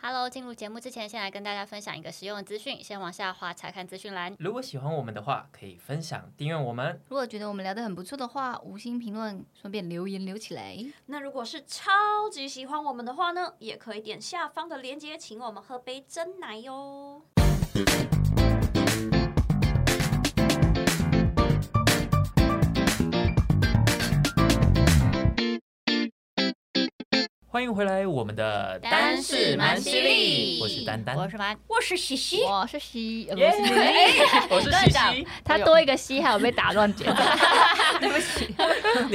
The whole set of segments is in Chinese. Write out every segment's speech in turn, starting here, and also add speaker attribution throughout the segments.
Speaker 1: Hello，进入节目之前，先来跟大家分享一个实用的资讯，先往下滑查看资讯栏。
Speaker 2: 如果喜欢我们的话，可以分享、订阅我们。
Speaker 3: 如果觉得我们聊得很不错的话，五星评论，顺便留言留 起来。
Speaker 4: 那如果是超级喜欢我们的话呢，也可以点下方的链接，请我们喝杯真奶哟。
Speaker 2: 欢迎回来，我们的
Speaker 1: 单是蛮犀利
Speaker 2: 我是丹丹，
Speaker 1: 我是蛮，
Speaker 4: 我是西西，
Speaker 3: 我是西，呃不
Speaker 2: 耶
Speaker 3: 是西，
Speaker 2: 我是西西。
Speaker 3: 他多一个西，还有被打乱节奏。
Speaker 2: 你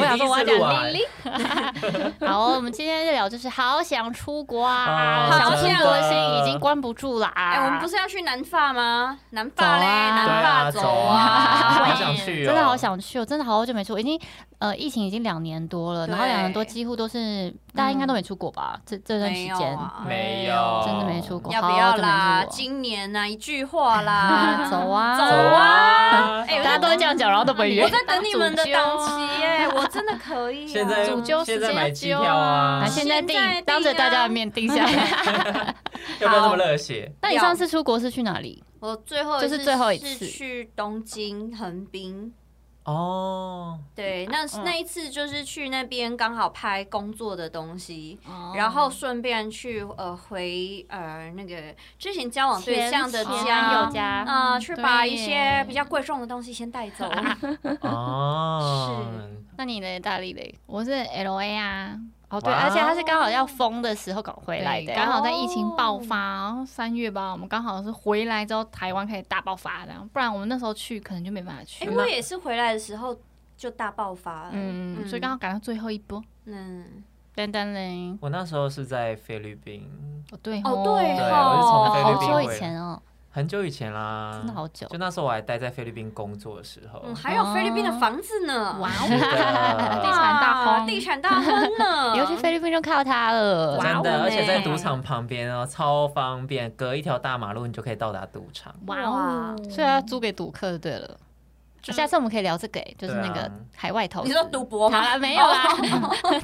Speaker 1: 我想
Speaker 2: 第
Speaker 1: 说我
Speaker 2: 一
Speaker 1: 要
Speaker 2: 次
Speaker 1: 讲
Speaker 2: 录完
Speaker 1: 玲，玲。 好，我们今天就聊就是好想出国啊，
Speaker 2: 啊
Speaker 1: 想出国的
Speaker 2: 好想
Speaker 1: 心已经关不住啦。
Speaker 4: 哎、我们不
Speaker 1: 是
Speaker 4: 是要去南法吗？南法嘞，
Speaker 1: 走啊
Speaker 2: 对
Speaker 4: 南
Speaker 2: 啊，
Speaker 4: 法
Speaker 2: 走
Speaker 4: 啊，
Speaker 2: 好想去哦，
Speaker 1: 真的好想去哦，真的好久没出，我已经呃疫情已经两年多了，
Speaker 4: 对
Speaker 1: 然后两年多几乎都是大家应该都没出国吧，这 这段时
Speaker 4: 没有
Speaker 1: 间
Speaker 4: 啊，
Speaker 2: 没有，
Speaker 1: 真的没出国，
Speaker 4: 要
Speaker 1: 好
Speaker 4: 不
Speaker 1: 久
Speaker 4: 要
Speaker 1: 没
Speaker 4: 啦？
Speaker 1: 出国
Speaker 4: 今年啊呐、一句话啦，
Speaker 1: 哦 走啊
Speaker 4: 走
Speaker 2: 走啊！
Speaker 4: 哎我
Speaker 1: 大家都会这样讲，然后都不会约
Speaker 4: 我。在等你们的 档期啊耶、我真的可以、啊。
Speaker 2: 现在
Speaker 3: 主揪时
Speaker 2: 现
Speaker 3: 间
Speaker 2: 在买机
Speaker 3: 揪
Speaker 2: 票
Speaker 3: 啊
Speaker 2: 啊
Speaker 1: 啊，，现在
Speaker 4: 现在
Speaker 1: 定，
Speaker 4: 定
Speaker 1: 当着大家
Speaker 4: 啊
Speaker 1: 的面定下 来。
Speaker 2: 要不要这么热血？
Speaker 1: 那你上次出国是去哪里？
Speaker 4: 我最后
Speaker 1: 这是最后一次
Speaker 4: 是去东京横滨。
Speaker 2: 哦，
Speaker 4: 对，那、
Speaker 1: 嗯
Speaker 4: 那一次就是去那边刚好拍工作的东西，
Speaker 3: 哦
Speaker 1: 哦
Speaker 4: 然后顺便去呃回呃那个之前交往哦对象的
Speaker 1: 前
Speaker 4: 家
Speaker 1: 友家嗯
Speaker 4: 啊、去把
Speaker 1: 对啊
Speaker 4: 一些比较贵重的东西先带走。 哎
Speaker 2: 哦，
Speaker 1: 那你呢？大力嘞？
Speaker 3: 我是 L A 啊，
Speaker 1: 哦，对，
Speaker 2: 哇
Speaker 1: 而且他是刚好要封的时候赶回来
Speaker 3: 对，
Speaker 1: 的，
Speaker 3: 刚好在疫情爆发三月吧，我们刚好是回来之后台湾开始大爆发的，不然我们那时候去可能就没办法去
Speaker 4: 哎、。我也是回来的时候就大爆发了。
Speaker 3: 嗯，所以刚好赶到最后一波。
Speaker 4: 嗯，
Speaker 1: 丹丹嘞？
Speaker 2: 我那时候是在菲律宾，
Speaker 3: 哦，对
Speaker 4: 哦
Speaker 3: 吼
Speaker 4: 对
Speaker 2: 对，
Speaker 4: 吼
Speaker 2: 我是从菲
Speaker 1: 好
Speaker 2: 律宾
Speaker 1: 久
Speaker 2: 回
Speaker 1: 以前哦，
Speaker 2: 很久以前啦，
Speaker 1: 真的好久
Speaker 2: 就那时候我还待在菲律宾工作的时候，
Speaker 4: 嗯，还有菲律宾
Speaker 1: 哦
Speaker 4: 的房子呢，
Speaker 3: 哇
Speaker 2: 是
Speaker 3: 哦，
Speaker 2: 的
Speaker 3: 地产大亨
Speaker 4: 哇地产大亨呢，
Speaker 1: 你又去菲律宾就看到他了。
Speaker 2: 真
Speaker 4: 哇哦
Speaker 2: 的，而且在
Speaker 4: 呢
Speaker 2: 赌场旁边哦，超方便，隔一条大马路你就可以到达赌场。
Speaker 3: 哇哦，
Speaker 1: 所以要租给赌客就对了。下次我们可以聊这个、欸，就是那
Speaker 2: 对
Speaker 1: 个
Speaker 2: 啊
Speaker 1: 海外投资。
Speaker 4: 你说赌博
Speaker 1: 哦好
Speaker 4: 吗？
Speaker 1: 啦，没有 啦，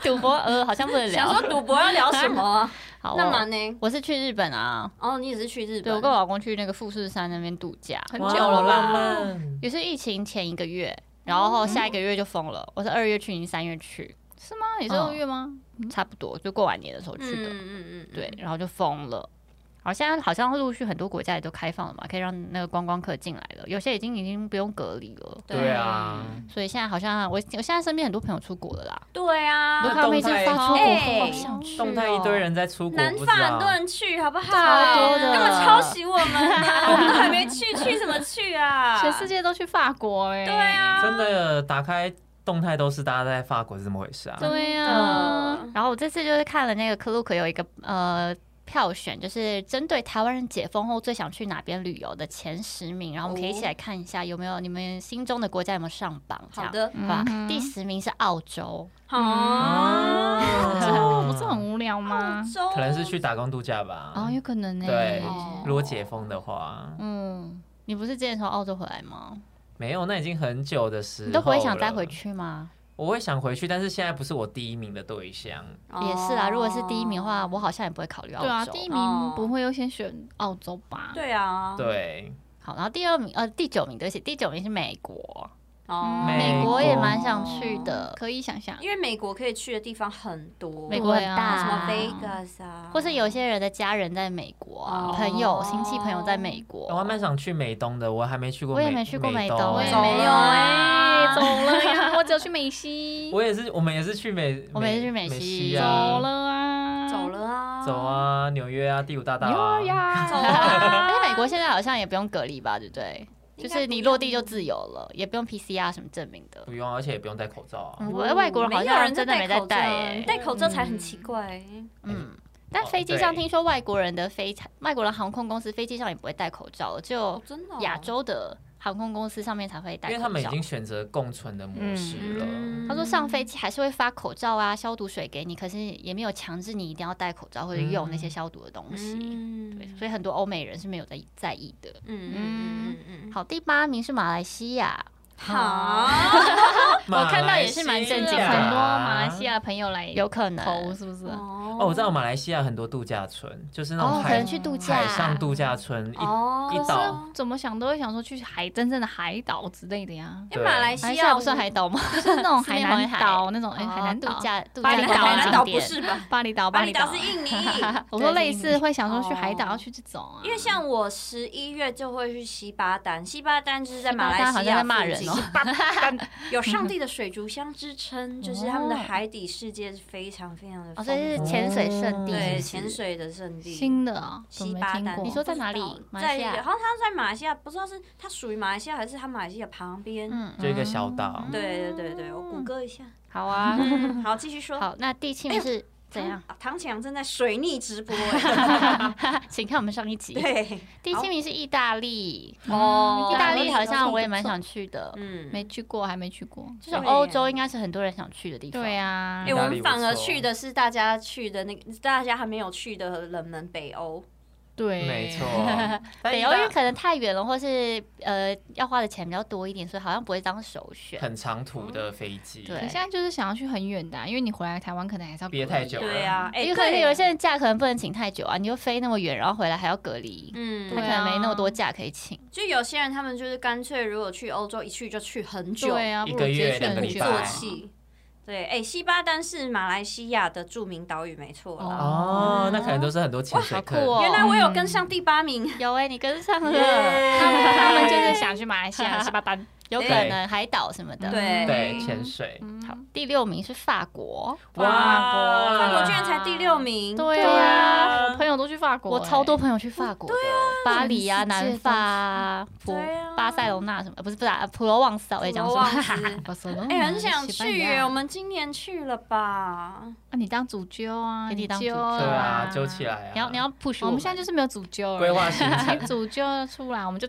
Speaker 1: 赌博呃好像不能
Speaker 4: 哦想
Speaker 1: 聊。
Speaker 4: 说赌博要聊什么？
Speaker 1: 好、
Speaker 4: 那么
Speaker 1: 哦，
Speaker 4: 呢？
Speaker 1: 我是去日本啊，
Speaker 4: 哦，你也是去日
Speaker 1: 对
Speaker 4: 本？
Speaker 1: 我跟我老公去那个富士山那边度假，
Speaker 3: 很
Speaker 2: 哇
Speaker 3: 久了
Speaker 2: 好
Speaker 3: 吧
Speaker 2: 浪漫。
Speaker 1: 也是疫情前一个月，然
Speaker 4: 嗯
Speaker 1: 后下一个月就封了。我是二月去，你三月去，
Speaker 3: 是吗？也是二月吗？
Speaker 1: 差不多就过完年的时候
Speaker 4: 嗯
Speaker 1: 去的。
Speaker 4: 嗯嗯嗯，
Speaker 1: 对，然后就封了。好，现在好像陆续很多国家也都开放了嘛，可以让那个观光客进来了，有些已经已经不用隔离了。
Speaker 2: 对啊，
Speaker 1: 所以现在好像我我现在身边很多朋友出国了啦，
Speaker 4: 对
Speaker 1: 都
Speaker 4: 啊，
Speaker 1: 看到妹子发出国，
Speaker 4: 哎
Speaker 1: 好想去、哦
Speaker 2: 动态一堆，人在出国，
Speaker 4: 南
Speaker 2: 不知
Speaker 4: 法很
Speaker 2: 道
Speaker 4: 多人去，好不好？
Speaker 1: 超多的
Speaker 4: 干嘛抄袭我 们呢？我们都还没去，去什么去啊？
Speaker 3: 全世界都去法国哎、
Speaker 4: 对啊，
Speaker 2: 真的打开动态都是大家在法国是怎么回事啊？
Speaker 1: 对呀、
Speaker 3: 嗯
Speaker 4: 啊
Speaker 1: 然后我这次就是看了那个 Klook 有一个呃。票选就是针对台湾人解封后最想去哪边旅游的前十名，然后我们可以一起来看一下有没有你们心中的国家有没有上榜。这样
Speaker 4: 好，的，
Speaker 1: 好吧
Speaker 3: 嗯哼
Speaker 1: 第十名是澳洲，
Speaker 4: 好
Speaker 2: 啊
Speaker 4: 啊，
Speaker 3: 哦， 不是很无聊吗？
Speaker 4: 洲
Speaker 2: 可能是去打工度假吧。
Speaker 3: 哦，有可能呢、
Speaker 2: 对
Speaker 4: 哦，
Speaker 2: 如果解封的话，
Speaker 1: 嗯，你不是之前从澳洲回来吗？
Speaker 2: 没有，那已经很久的时候
Speaker 1: 你都不会想再
Speaker 2: 了
Speaker 1: 回。去吗？
Speaker 2: 我会想回去，但是现在不是我第一名的对象。
Speaker 4: 嗯
Speaker 1: 也是啊啦，如果是第一名的话，
Speaker 4: 哦
Speaker 1: 我好像也不会考虑澳洲。
Speaker 3: 对啊，第一名不会优先选澳洲吧？，
Speaker 4: 对啊，
Speaker 2: 对，
Speaker 1: 好，然后第二名呃第九名，对不起，第九名是美国，
Speaker 3: 嗯
Speaker 4: 哦，
Speaker 2: 美
Speaker 1: 美
Speaker 2: 国
Speaker 1: 国也蛮想去的，
Speaker 3: 可以想象。
Speaker 4: 因为美国可以去的地方很多，
Speaker 1: 美国很大、
Speaker 4: 什么
Speaker 3: 啊对
Speaker 4: Vegas 啊，
Speaker 1: 或是有些人的家人在美国啊，
Speaker 4: 哦
Speaker 1: 朋友亲戚朋友在美国，
Speaker 3: 啊
Speaker 2: 我还蛮想去美东的，我还没去过
Speaker 1: 我
Speaker 2: 美。
Speaker 1: 也没去过美
Speaker 2: 美
Speaker 1: 东
Speaker 2: 东，
Speaker 1: 我也
Speaker 3: 走
Speaker 1: 没
Speaker 3: 了
Speaker 1: 有
Speaker 3: 哎，
Speaker 4: 啊
Speaker 3: 走了 呀，我只有去美西，
Speaker 2: 我也是，我们也是去美，
Speaker 1: 我们也是去美
Speaker 2: 美
Speaker 1: 西
Speaker 2: 西啊
Speaker 3: 走了，啊，
Speaker 4: 走，了啊，
Speaker 2: 走，啊，纽约啊，第五大道啊
Speaker 3: 有，呀，
Speaker 4: 走 啊，
Speaker 1: 而且美国现在好像也不用隔离吧，对不对？
Speaker 4: 应
Speaker 1: 就
Speaker 4: 该
Speaker 1: 是你
Speaker 4: 不
Speaker 1: 落
Speaker 4: 用啊
Speaker 1: 地就自由了，也不用 PCR 什么证明的。
Speaker 2: 不用，而且也不用戴口罩啊。
Speaker 1: 嗯 外外国人好
Speaker 4: 没有
Speaker 1: 像
Speaker 4: 人
Speaker 1: 真的没
Speaker 4: 戴
Speaker 1: 在
Speaker 4: 口罩
Speaker 1: 戴
Speaker 4: 欸
Speaker 1: 耶，
Speaker 4: 戴口罩才很奇怪。
Speaker 1: 嗯，但
Speaker 2: 哦
Speaker 1: 飞机上
Speaker 2: 对
Speaker 1: 听说外国人的飞外国人航空公司飞机上也不会戴口罩了，只有
Speaker 4: 哦，真的哦
Speaker 1: 亚洲的航空公司上面才会戴口
Speaker 2: 因为
Speaker 1: 罩。
Speaker 2: 他们已经选择共存的模式了。
Speaker 4: 嗯
Speaker 1: 他说上飞机还是会发口罩啊、消毒水给你，可是也没有强制你一定要戴口罩或者用
Speaker 2: 嗯
Speaker 1: 那些消毒的东西。
Speaker 4: 嗯
Speaker 1: 对，所以很多欧美人是没有在在意的。
Speaker 4: 嗯嗯嗯嗯嗯，
Speaker 1: 好，第八名是马来西亚，
Speaker 4: 好，
Speaker 1: 我看到也是蛮震惊的
Speaker 3: 很多马来西亚朋友来
Speaker 1: 有可能
Speaker 3: 投，啊是不是？
Speaker 2: 哦，我知道
Speaker 4: 吗？
Speaker 2: 马来西亚很多度假村，就是那
Speaker 1: 哦，
Speaker 2: 种
Speaker 1: 可
Speaker 2: 海、
Speaker 1: 能去度假，
Speaker 2: 海上度假村，一、
Speaker 4: 哦
Speaker 2: 一岛
Speaker 3: 是怎么想都会想说去海真正的海岛之类的呀，
Speaker 4: 因为马来
Speaker 1: 马来
Speaker 4: 西
Speaker 1: 西亚
Speaker 4: 亚
Speaker 1: 不算海岛吗？
Speaker 3: 就是那种
Speaker 1: 四
Speaker 3: 海
Speaker 1: 面
Speaker 3: 南
Speaker 1: 环海
Speaker 3: 岛那种，哎，
Speaker 1: 哦
Speaker 3: 海南
Speaker 1: 度
Speaker 3: 岛、
Speaker 1: 假度
Speaker 3: 巴
Speaker 1: 假
Speaker 3: 厘
Speaker 1: 观
Speaker 3: 岛
Speaker 4: 海
Speaker 1: 光
Speaker 4: 南
Speaker 1: 景
Speaker 4: 岛不
Speaker 1: 点
Speaker 4: 是吧？
Speaker 3: 巴厘岛、
Speaker 4: 巴
Speaker 3: 厘
Speaker 4: 厘岛是 印尼，
Speaker 3: 我说
Speaker 1: 对
Speaker 3: 类似会想说去海岛
Speaker 4: 哦
Speaker 3: 要去这种啊，
Speaker 4: 因为像我十一月就会去西巴丹，西巴丹就是在马来
Speaker 1: 西巴丹好
Speaker 4: 西
Speaker 1: 像
Speaker 4: 亚
Speaker 1: 在骂人哦
Speaker 4: 附近，巴 丹有上帝的水族箱之称，就是他们的海底世界是非常非常的
Speaker 1: 哦，
Speaker 4: 丰
Speaker 1: 所以是
Speaker 4: 富，
Speaker 1: 潜水圣地，
Speaker 4: 对
Speaker 1: 是
Speaker 4: 潜
Speaker 1: 不是
Speaker 4: 水的圣地。
Speaker 3: 新的啊，怎
Speaker 4: 西
Speaker 3: 么没
Speaker 4: 巴
Speaker 3: 听
Speaker 4: 丹，
Speaker 3: 过？
Speaker 1: 你说在哪里
Speaker 4: 不知道
Speaker 1: 马来
Speaker 4: 在
Speaker 1: 西亚
Speaker 4: 然后他在马来西亚，不知道是他属于马来西亚还是他马来西亚旁边。
Speaker 1: 嗯，
Speaker 2: 就一个小岛。
Speaker 4: 对对对对，我谷歌 一下。
Speaker 1: 好啊，
Speaker 4: 嗯，好，继续说。
Speaker 1: 嗯好，那地庆是怎 样？
Speaker 4: 啊？唐启阳正在水逆直 播欸。
Speaker 1: 请看我们上一集。
Speaker 4: 对，
Speaker 1: 第七名是意大利，
Speaker 4: 哦
Speaker 1: 意大利好像我也
Speaker 3: 不
Speaker 1: 蛮
Speaker 3: 错
Speaker 1: 想去的，
Speaker 4: 嗯，
Speaker 3: 没去过，还没去过。
Speaker 1: 就是欧洲应该是很多人想去的地方。
Speaker 3: 对
Speaker 1: 呀，
Speaker 3: 啊
Speaker 4: 哎、
Speaker 2: 意，大
Speaker 4: 我
Speaker 2: 利
Speaker 4: 们
Speaker 2: 不
Speaker 4: 反而
Speaker 2: 错
Speaker 4: 去的是大家去的那个，大家还没有去的冷门北欧。
Speaker 3: 对，
Speaker 2: 没错。但
Speaker 1: 北
Speaker 2: 意
Speaker 1: 欧因为
Speaker 2: 大
Speaker 1: 可能太远了，或是呃要花的钱比较多一点，所以好像不会当首选。
Speaker 2: 很长途的飞机，
Speaker 1: 对
Speaker 3: 可现在就是想要去很远的啊、因为你回来台湾可能还是要
Speaker 2: 别
Speaker 3: 隔
Speaker 2: 太
Speaker 3: 离
Speaker 2: 久
Speaker 4: 对
Speaker 2: 了
Speaker 4: 啊，哎、
Speaker 1: 因嗯
Speaker 4: 欸，
Speaker 1: 为可能
Speaker 4: 对，
Speaker 1: 有些人假可能不能请太久啊，你又飞那么远，然后回来还要隔离，他
Speaker 4: 嗯，
Speaker 1: 可
Speaker 3: 对
Speaker 1: 能没那么多假可以请。
Speaker 4: 就有些人他们就是干脆如果去欧洲一去就去很久，
Speaker 3: 对啊，
Speaker 2: 一
Speaker 3: 不
Speaker 2: 个
Speaker 3: 如直接
Speaker 2: 月
Speaker 3: 去
Speaker 2: 两个
Speaker 3: 很
Speaker 2: 礼
Speaker 3: 久
Speaker 2: 拜
Speaker 4: 做
Speaker 3: 啊
Speaker 4: 起。对，哎、西巴丹是马来西亚的著名岛屿，没错啦。
Speaker 2: 哦，那可能都是很多潜水
Speaker 1: 好酷
Speaker 2: 客。
Speaker 1: 哦
Speaker 4: 原来我有跟上第八名，
Speaker 1: 有哎、你跟上了
Speaker 3: 他 们他们就
Speaker 4: 耶
Speaker 3: 是想去马来西亚、西巴丹，
Speaker 1: 有可能海岛什么的。
Speaker 4: 对
Speaker 2: 对，潜水。
Speaker 3: 嗯
Speaker 1: 好，第六名是法国，
Speaker 2: 哇，
Speaker 4: 法国居然才第六名，
Speaker 3: 对
Speaker 1: 对
Speaker 3: 呀、
Speaker 2: 啊
Speaker 3: 我朋友都去法国、欸
Speaker 1: 我超多朋友去法国的，巴黎哎哦啊、
Speaker 3: 全世界
Speaker 1: 南法啊、普
Speaker 4: 对啊
Speaker 1: 巴塞罗那什么，呃不是不是啊，普罗旺斯啊，我也讲
Speaker 4: 我
Speaker 1: 错
Speaker 4: 忘
Speaker 1: 了。
Speaker 4: 记。
Speaker 3: 巴塞
Speaker 4: 哎、很想
Speaker 1: 嗯
Speaker 4: 去耶！我
Speaker 3: 啊，
Speaker 4: 们今年去了吧？
Speaker 3: 你当主揪啊，
Speaker 1: 给你当主
Speaker 3: 揪
Speaker 1: 揪
Speaker 2: 对啊，揪起
Speaker 3: 来。
Speaker 2: 来
Speaker 1: 嗯
Speaker 2: 啊！
Speaker 1: 你要你要 push
Speaker 3: 我们
Speaker 1: 哦们
Speaker 3: 现在就是没有主揪了，
Speaker 2: 规划行 程
Speaker 3: 你主揪出来我们就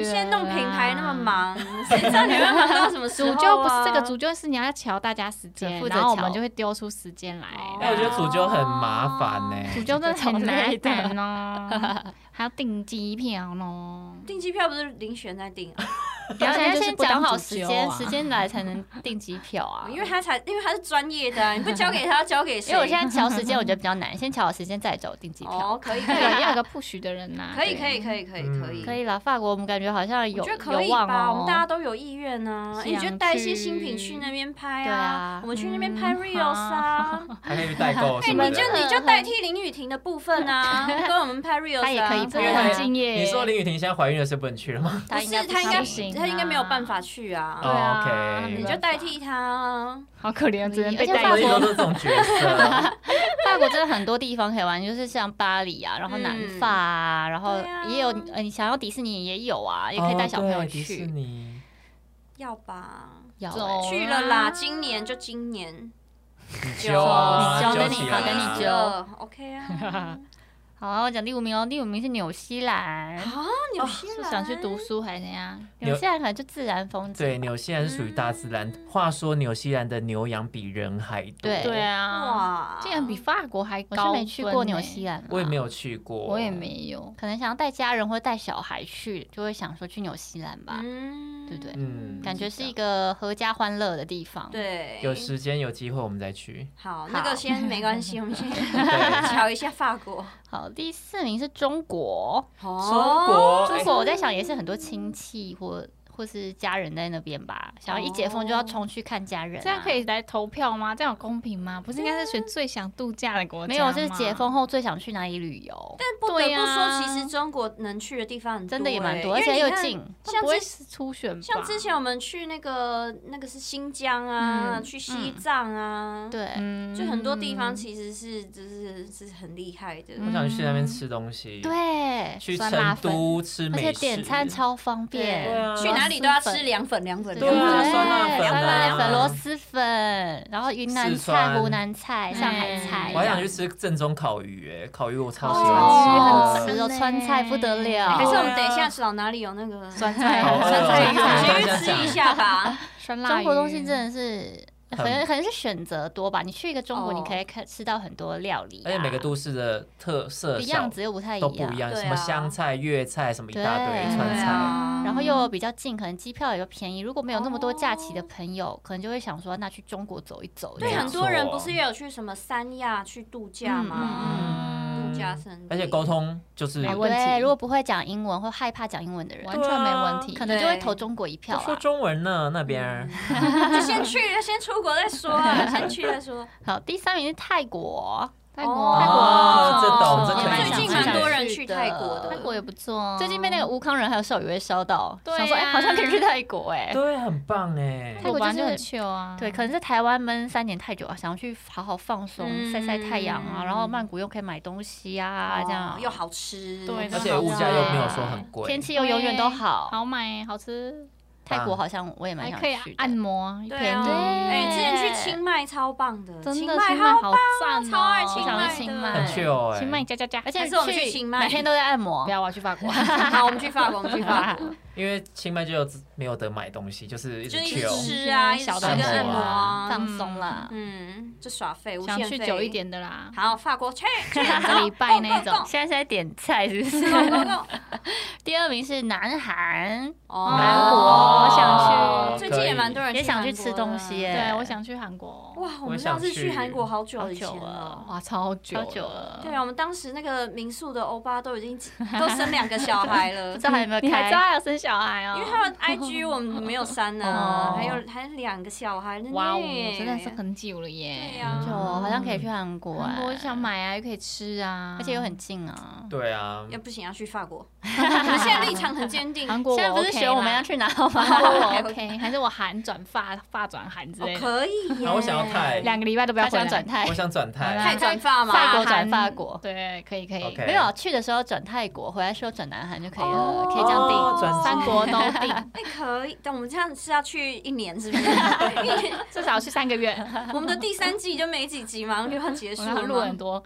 Speaker 1: 啊
Speaker 4: 你
Speaker 3: 了啦。
Speaker 4: 现在弄平台那么 忙，谁知道你们忙到什么时候、
Speaker 3: 主
Speaker 4: 啊？
Speaker 3: 揪不是这个，主揪是你要瞧大家时
Speaker 1: 对
Speaker 3: 间，
Speaker 1: 负责
Speaker 3: 然后我们
Speaker 1: 瞧哦
Speaker 3: 就会丢出时间来。
Speaker 2: 哎，我觉得主揪很麻烦呢、
Speaker 3: 主揪真的很
Speaker 1: 累
Speaker 3: 难
Speaker 1: 的
Speaker 3: 等哦，还要订哦机票呢。
Speaker 4: 订机票不是林璇在订、啊，
Speaker 1: 你要
Speaker 3: 现在
Speaker 1: 先
Speaker 3: 就是
Speaker 1: 先
Speaker 3: 不
Speaker 1: 讲
Speaker 3: 当
Speaker 1: 好
Speaker 3: 主
Speaker 1: 时
Speaker 3: 揪
Speaker 1: 间，
Speaker 3: 啊
Speaker 1: 时间来才能订机票 啊。
Speaker 4: 因为他才，因为他是专业的、啊，你不交给他，交给谁？
Speaker 1: 因为我现在瞧时间，我觉得比较难，先瞧好时间再走订机票。
Speaker 4: 哦，可以，可
Speaker 1: 啊
Speaker 3: 对，要有
Speaker 4: 以，
Speaker 3: 个 push 的人呐。
Speaker 4: 可以，
Speaker 3: 对
Speaker 4: 可以，可以，可以，可以，
Speaker 2: 嗯
Speaker 1: 可以啦，法国我们感觉好像
Speaker 4: 我
Speaker 1: 有
Speaker 4: 觉得可
Speaker 1: 有
Speaker 4: 以
Speaker 1: 望
Speaker 4: 吧，
Speaker 1: 哦，
Speaker 4: 我们大家都有意愿呢、
Speaker 3: 想
Speaker 4: 你就带一些新品去那边拍
Speaker 1: 去对啊
Speaker 4: 我们去那
Speaker 3: 嗯
Speaker 4: 边拍 reels 啊。
Speaker 2: 还可以代购
Speaker 4: 哎、
Speaker 2: 什么
Speaker 4: 你
Speaker 2: 的。
Speaker 4: 就你就代替林雨婷的部分 啊，跟我们拍 reels 啊。
Speaker 1: 她也可以
Speaker 3: 真
Speaker 1: 拍
Speaker 3: 的很敬业。
Speaker 2: 你说林雨婷现在怀孕了，是不能去了吗？
Speaker 1: 他
Speaker 4: 不
Speaker 1: 应
Speaker 4: 是
Speaker 1: 该
Speaker 4: 他应
Speaker 1: 行
Speaker 4: 该
Speaker 3: 不行
Speaker 4: 他应该没有
Speaker 3: 啊
Speaker 4: 办法去啊。
Speaker 3: 对啊
Speaker 2: 哦
Speaker 3: 没
Speaker 4: 你
Speaker 3: 办
Speaker 2: ，OK。
Speaker 3: 法
Speaker 4: 就代替他啊。
Speaker 3: 好可怜，只能被
Speaker 1: 而且
Speaker 3: 带
Speaker 1: 法
Speaker 2: 我一直
Speaker 1: 国
Speaker 2: 都是这种角色，
Speaker 1: 法国真的很多地方可以玩，就是像巴黎啊，然后南法啊，然后
Speaker 4: 嗯对啊
Speaker 1: 也有呃，你想要迪士尼也有啊， 也可以带小朋友
Speaker 2: 哦对迪士
Speaker 1: 去。
Speaker 2: 尼。
Speaker 4: 要吧，
Speaker 1: 要
Speaker 3: 走
Speaker 1: 欸
Speaker 4: 去了啦，今年就今年。
Speaker 2: 你揪啊，
Speaker 1: 你揪
Speaker 2: 揪
Speaker 1: 跟你
Speaker 2: 起
Speaker 1: 好
Speaker 2: 来
Speaker 1: 跟你
Speaker 2: 啊
Speaker 1: 揪
Speaker 4: 呃 ，OK 啊。
Speaker 1: 好，我讲第五名哦，第五名是纽西兰，
Speaker 4: 啊，
Speaker 1: 哦
Speaker 4: 纽西
Speaker 3: 是
Speaker 4: 兰
Speaker 3: 想去读书还是怎样？
Speaker 1: 纽西兰可能就自然风景，
Speaker 2: 对，纽西兰是属于大自然。
Speaker 1: 嗯
Speaker 2: 话说，纽西兰的牛羊比人还多。
Speaker 1: 对
Speaker 3: 对啊，
Speaker 4: 哇，
Speaker 3: 竟然比法国还
Speaker 1: 我是
Speaker 3: 高。
Speaker 1: 没去过纽西
Speaker 4: 欸
Speaker 3: 兰，
Speaker 1: 兰，
Speaker 2: 我也没，有去过，
Speaker 3: 我也。没有。
Speaker 1: 可能想要带家人或带小孩去，就会想说去纽西兰吧，
Speaker 4: 嗯
Speaker 1: 对不对
Speaker 2: 嗯
Speaker 1: 感觉是一个合家欢乐的地方。，
Speaker 4: 对，
Speaker 2: 有时间有机会我们再去。
Speaker 4: 好，那个先没关系，我 们先
Speaker 2: 对
Speaker 4: 瞧一下法国。
Speaker 1: 好，第四名是中国，
Speaker 2: 中
Speaker 4: 哦，
Speaker 2: 国，
Speaker 1: 中
Speaker 2: 哎
Speaker 1: 国我在想也是很多亲戚或或是家人在那边吧，想要一解封就要
Speaker 4: 哦
Speaker 1: 冲去看家人、啊，
Speaker 3: 这样可以来投票吗？这样有公平吗？不是应该是选最想度假的国家吗？
Speaker 1: 没有，是解封后最想去哪里旅游？
Speaker 4: 但不得
Speaker 3: 对
Speaker 4: 不说，
Speaker 3: 呀
Speaker 4: 其实中国能去的地方很
Speaker 1: 真的也蛮多，而
Speaker 4: 欸因为
Speaker 1: 且
Speaker 4: 你
Speaker 1: 又
Speaker 4: 看
Speaker 1: 近。
Speaker 3: 像
Speaker 4: 像
Speaker 3: 不会
Speaker 4: 之
Speaker 3: 是初选吧？
Speaker 4: 像之前我们去那个那个是新疆啊，
Speaker 3: 嗯
Speaker 4: 去西藏啊，，
Speaker 1: 对，
Speaker 3: 嗯
Speaker 4: 就很多地方其实是就是是很厉害的。
Speaker 2: 我想去那边吃东西。，
Speaker 1: 嗯对，
Speaker 2: 去
Speaker 1: 酸辣
Speaker 2: 成
Speaker 1: 粉，
Speaker 2: 都吃
Speaker 1: 而
Speaker 2: 美
Speaker 1: 且
Speaker 2: 食。
Speaker 1: 点餐超方便，
Speaker 2: 对啊
Speaker 4: 去哪里都要吃凉粉，凉粉，
Speaker 1: 对
Speaker 2: 对
Speaker 4: 凉
Speaker 2: 啊
Speaker 4: 粉
Speaker 2: 酸辣粉啊
Speaker 1: 酸辣粉、螺蛳粉，然后云南
Speaker 2: 四
Speaker 1: 菜、
Speaker 2: 川
Speaker 1: 湖南菜、上海
Speaker 4: 嗯
Speaker 1: 菜，
Speaker 2: 我还想去吃正宗烤鱼，哎，烤鱼我超喜
Speaker 1: 哦
Speaker 2: 欢
Speaker 1: 很
Speaker 2: 吃
Speaker 1: 吃
Speaker 2: 的。
Speaker 1: 哦，川菜不得了，
Speaker 4: 还是我
Speaker 2: 对
Speaker 4: 们
Speaker 2: 啊
Speaker 4: 等一下找哪里有那个
Speaker 3: 酸菜
Speaker 2: 好饿
Speaker 1: 酸
Speaker 2: 哦
Speaker 1: 菜
Speaker 4: 我
Speaker 1: 鱼
Speaker 4: 们去吃一下吧。
Speaker 3: 酸辣
Speaker 1: 中国东西
Speaker 3: 鱼
Speaker 1: 真的是。可能可能是选择多吧。你去一个中国，你可以看吃到很多料理啊、
Speaker 2: 而且每个都市的特色
Speaker 1: 的
Speaker 2: 小
Speaker 1: 样子又不太一
Speaker 2: 都不一样，
Speaker 4: 对
Speaker 2: 什么
Speaker 4: 啊
Speaker 2: 湘菜、粤菜，什么一大堆
Speaker 1: 对
Speaker 2: 川
Speaker 1: 对
Speaker 2: 菜。
Speaker 4: 啊
Speaker 1: 然后又比较近，可能机票也就便宜。如果没有那么多假期的朋友，可能就会想说，那去中国走一走。
Speaker 4: 对，
Speaker 1: 这样
Speaker 2: 没
Speaker 4: 很多人
Speaker 2: 错
Speaker 4: 不是也有去什么三亚去度假吗？
Speaker 1: 嗯
Speaker 4: 度假胜地，
Speaker 2: 而且沟通就是
Speaker 3: 没问题
Speaker 1: 对，如果不会讲英文或害怕讲英文的人，
Speaker 3: 完全没问题。
Speaker 1: 可能就会投中国一票啊
Speaker 2: 都说
Speaker 1: 啦。
Speaker 2: 中文呢，那边
Speaker 4: 嗯 就先去，先出国再说啊，先去再说。
Speaker 1: 好，第三名是泰国，
Speaker 3: 泰国，
Speaker 4: 哦
Speaker 3: 泰国
Speaker 2: 哦这懂这
Speaker 3: 也
Speaker 2: 可以
Speaker 3: 蛮
Speaker 2: 最近
Speaker 3: 想去
Speaker 2: 蛮多
Speaker 4: 人去泰国的
Speaker 1: 泰
Speaker 3: 泰国也不错哦。
Speaker 1: 最近被那个吴康仁还有邵雨薇烧到，
Speaker 3: 对啊
Speaker 1: 想说哎，好像可以去泰国哎。
Speaker 2: 对，很棒哎
Speaker 1: 泰。国
Speaker 3: 我本来
Speaker 1: 就是
Speaker 3: 就很 chill 啊，
Speaker 1: 对，可能在台湾闷三年太久啊，想要去好好放松，
Speaker 4: 嗯
Speaker 1: 晒晒太阳啊，然后曼谷又可以买东西啊，这样
Speaker 4: 哦又好吃，
Speaker 3: 对
Speaker 2: 而且物价又没有说很贵，
Speaker 1: 天气又永远都好。
Speaker 3: 好买好吃，
Speaker 1: 泰国好像我也蛮
Speaker 3: 还
Speaker 1: 想
Speaker 3: 可以
Speaker 1: 去的，
Speaker 3: 按摩，
Speaker 4: 对
Speaker 3: 便
Speaker 4: 啊，
Speaker 3: 宜，
Speaker 4: 哎，之前去清迈超棒的，
Speaker 3: 真的
Speaker 4: 迈
Speaker 3: 清迈
Speaker 4: 好，
Speaker 3: 好赞哦，
Speaker 4: 超爱
Speaker 1: 清迈的
Speaker 3: 清
Speaker 2: 很
Speaker 3: 迈，
Speaker 2: c h i l
Speaker 3: 清迈
Speaker 2: 哎。
Speaker 3: 加加加，
Speaker 1: 而且
Speaker 4: 还是我们去清迈
Speaker 1: 每天都在按摩
Speaker 3: 不。要，我要去 法国。
Speaker 4: 好，我们去法国，我们去 法国，
Speaker 2: 因为清迈就没有得买东西，就是一直
Speaker 4: 就一
Speaker 2: c
Speaker 4: 直
Speaker 2: h i
Speaker 4: 吃啊，一直
Speaker 3: 小
Speaker 4: 吃
Speaker 3: 的
Speaker 4: 跟按
Speaker 2: 按
Speaker 4: 摩
Speaker 2: 摩啊
Speaker 4: 啊，
Speaker 1: 放松啦。
Speaker 4: 嗯，就耍废，无
Speaker 3: 想
Speaker 4: 限
Speaker 3: 去
Speaker 4: 费
Speaker 3: 久一。点的 啦，
Speaker 4: 好，法国去， 去
Speaker 3: 两个礼拜那
Speaker 4: 哦
Speaker 3: 种
Speaker 1: 现在是在点菜是不是？
Speaker 4: go go go，
Speaker 1: 第二名是南韩，
Speaker 4: 哦
Speaker 1: 韩国
Speaker 3: 想
Speaker 2: 去
Speaker 4: 最近也蛮多人
Speaker 1: 也想去
Speaker 4: 去
Speaker 1: 吃东西耶、
Speaker 3: 对，我想去韩国，
Speaker 4: 哇，我们
Speaker 2: 想
Speaker 4: 上次去
Speaker 2: 去
Speaker 4: 韩国好久
Speaker 1: 好
Speaker 4: 以前
Speaker 1: 久
Speaker 4: 了
Speaker 1: 了。
Speaker 3: 哇，超久
Speaker 1: 超久了
Speaker 4: 对啊，我们当时那个民宿的欧巴都已经都生两个小孩 了
Speaker 1: 不知，道还有没有
Speaker 3: 你还
Speaker 1: 开
Speaker 3: 知道？还有生小孩哦？
Speaker 4: 因为他们 IG 我们没有删呢，
Speaker 1: 哦
Speaker 4: 还有还有两个小孩呢，
Speaker 3: 哇哦，真的是很久了
Speaker 4: 对
Speaker 3: 耶。
Speaker 4: 呀
Speaker 1: 就，好像可以去韩国、哎，
Speaker 3: 韩国想，买啊，又可以吃啊，
Speaker 1: 而且又很近啊。
Speaker 2: 对啊，
Speaker 4: 要不行要去法 国，我们现在立场很坚定，哦
Speaker 3: 韩国我
Speaker 1: 现在不是
Speaker 3: OK
Speaker 1: 学我们
Speaker 3: 啦
Speaker 1: 要去哪好吗？
Speaker 3: 我 OK，还是我韩转发，发转韩之
Speaker 4: 哦
Speaker 3: 类的，
Speaker 4: 可以 耶，
Speaker 2: 好我想要泰
Speaker 3: 两个礼拜都不要
Speaker 1: 他
Speaker 3: 回来
Speaker 1: 想转泰
Speaker 2: 我，想转
Speaker 4: 泰
Speaker 2: 泰，
Speaker 4: 转发嘛，
Speaker 1: 法国转
Speaker 3: 韩
Speaker 1: 法国
Speaker 3: 对，可以可以
Speaker 2: OK
Speaker 1: 没有去的时候转泰国，回来时候转南韩就可以了，
Speaker 4: 哦
Speaker 1: 可以这样定。
Speaker 2: 哦转
Speaker 3: 三国都 定，
Speaker 4: 哎可以，但我们这样是要去一年是不 是？
Speaker 3: 至少去三个月，
Speaker 4: 我们的第三季就没几集，马上就要结束
Speaker 3: 我
Speaker 4: 了吗，
Speaker 3: 要录很多。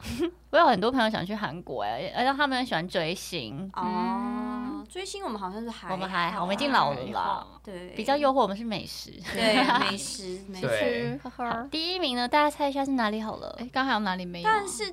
Speaker 1: 我有很多朋友想去韩国、哎，而且他们很喜欢追星。
Speaker 4: 哦，追星我们好像是还
Speaker 1: 嗯我们还好，我们已经
Speaker 4: 啊
Speaker 1: 老了啦，
Speaker 4: 对
Speaker 1: 比较诱惑我们是美食。
Speaker 4: 对美食美食，
Speaker 2: 对，
Speaker 3: 呵
Speaker 1: 好
Speaker 3: 呵。
Speaker 1: 第一名呢，大家猜一下是哪里好了
Speaker 3: 哎，？刚还有哪里没有啊？
Speaker 4: 但是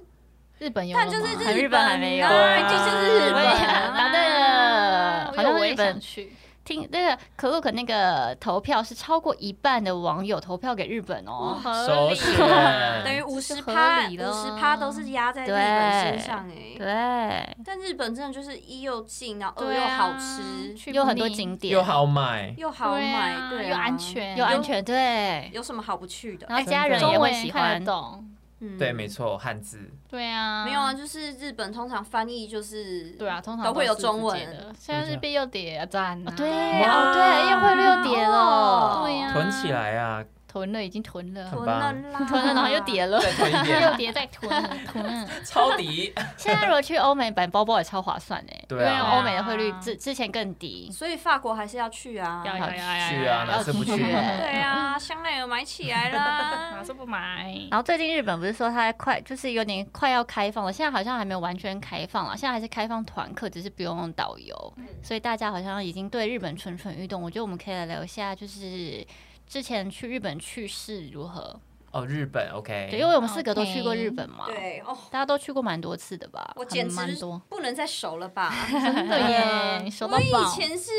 Speaker 3: 日本有了
Speaker 4: 但
Speaker 3: 吗，
Speaker 4: 就是
Speaker 1: 还
Speaker 4: 日
Speaker 1: 日本还没有
Speaker 4: 啊，这就是日
Speaker 1: 我
Speaker 4: 本
Speaker 1: 也
Speaker 4: 啊，
Speaker 1: 答对了，好
Speaker 3: 好
Speaker 1: 像
Speaker 3: 像我
Speaker 1: 日
Speaker 3: 也
Speaker 1: 本
Speaker 3: 想去。
Speaker 1: 听那个可鲁可那个投票是超过一半的网友投票给日本哦，
Speaker 2: 首
Speaker 4: 等
Speaker 2: 选
Speaker 4: 于五十
Speaker 3: 这合
Speaker 4: 趴，
Speaker 3: 理
Speaker 4: 五
Speaker 3: 了
Speaker 4: 十趴都是压在日
Speaker 1: 对
Speaker 4: 本身上哎、
Speaker 1: 对，
Speaker 4: 但日本真的就是一又近，然后二
Speaker 3: 对
Speaker 4: 又
Speaker 3: 啊
Speaker 4: 好吃，
Speaker 3: 去
Speaker 1: 有很
Speaker 3: 不
Speaker 1: 多
Speaker 3: 腻
Speaker 1: 景点，
Speaker 2: 又好买，
Speaker 4: 又好
Speaker 3: 对
Speaker 4: 买，
Speaker 3: 啊
Speaker 4: 对啊，
Speaker 3: 又安，全，
Speaker 1: 又安全，对，
Speaker 4: 有什么好不去的？
Speaker 1: 然后
Speaker 4: 哎
Speaker 1: 家人
Speaker 3: 中
Speaker 1: 也会
Speaker 3: 文也
Speaker 1: 喜
Speaker 3: 看
Speaker 1: 欢
Speaker 3: 得。懂。
Speaker 4: 嗯
Speaker 2: 对，没错，汉字
Speaker 3: 对啊，
Speaker 4: 没有啊，，就是日本通常翻译就是
Speaker 3: 对啊，通常
Speaker 4: 都会有
Speaker 3: 是
Speaker 4: 中
Speaker 3: 自己
Speaker 4: 文
Speaker 3: 的。现在日币又跌啊，赞啊！
Speaker 1: 对
Speaker 2: 哇
Speaker 1: 哦，对，又汇率又跌了，
Speaker 4: 哦
Speaker 3: 对呀，
Speaker 2: 囤起来啊，
Speaker 3: 囤了，已经囤了，
Speaker 2: 很
Speaker 4: 囤
Speaker 2: 棒
Speaker 4: 了啦，
Speaker 1: 囤了然后又跌了。
Speaker 2: 再囤一
Speaker 3: 又
Speaker 2: 点，
Speaker 3: 叠再囤了，囤了。
Speaker 2: 抄底。
Speaker 1: 现在如果去欧美买包包也超划算哎，
Speaker 2: 对
Speaker 1: 因
Speaker 2: 啊
Speaker 1: 为欧美的汇率之之前更低，
Speaker 4: 所以法国还是要去啊，
Speaker 3: 要要要要
Speaker 2: 去
Speaker 3: 要
Speaker 2: 啊，哪次 不去？
Speaker 4: 对啊，香奈儿买起来啦
Speaker 3: 哪，次不买？
Speaker 1: 然后最近日本不是说它快就是有点快要开放了，现在好像还没有完全开放啊了，现在还是开放团客，只是不用导游，所以大家好像已经对日本蠢蠢欲动。我觉得我们可以来聊一下，就是之前去日本趣事如何？
Speaker 2: 哦，日本
Speaker 1: 对，因
Speaker 2: OK，
Speaker 1: 为我们四个都去过日本嘛，
Speaker 4: 对哦，
Speaker 1: 大家都去过蛮多次的吧？
Speaker 4: 我简
Speaker 3: 还
Speaker 4: 直
Speaker 3: 蛮多
Speaker 4: 不能再熟 了吧。
Speaker 3: 真的耶，你收到
Speaker 4: 我以
Speaker 3: 爆，
Speaker 4: 前是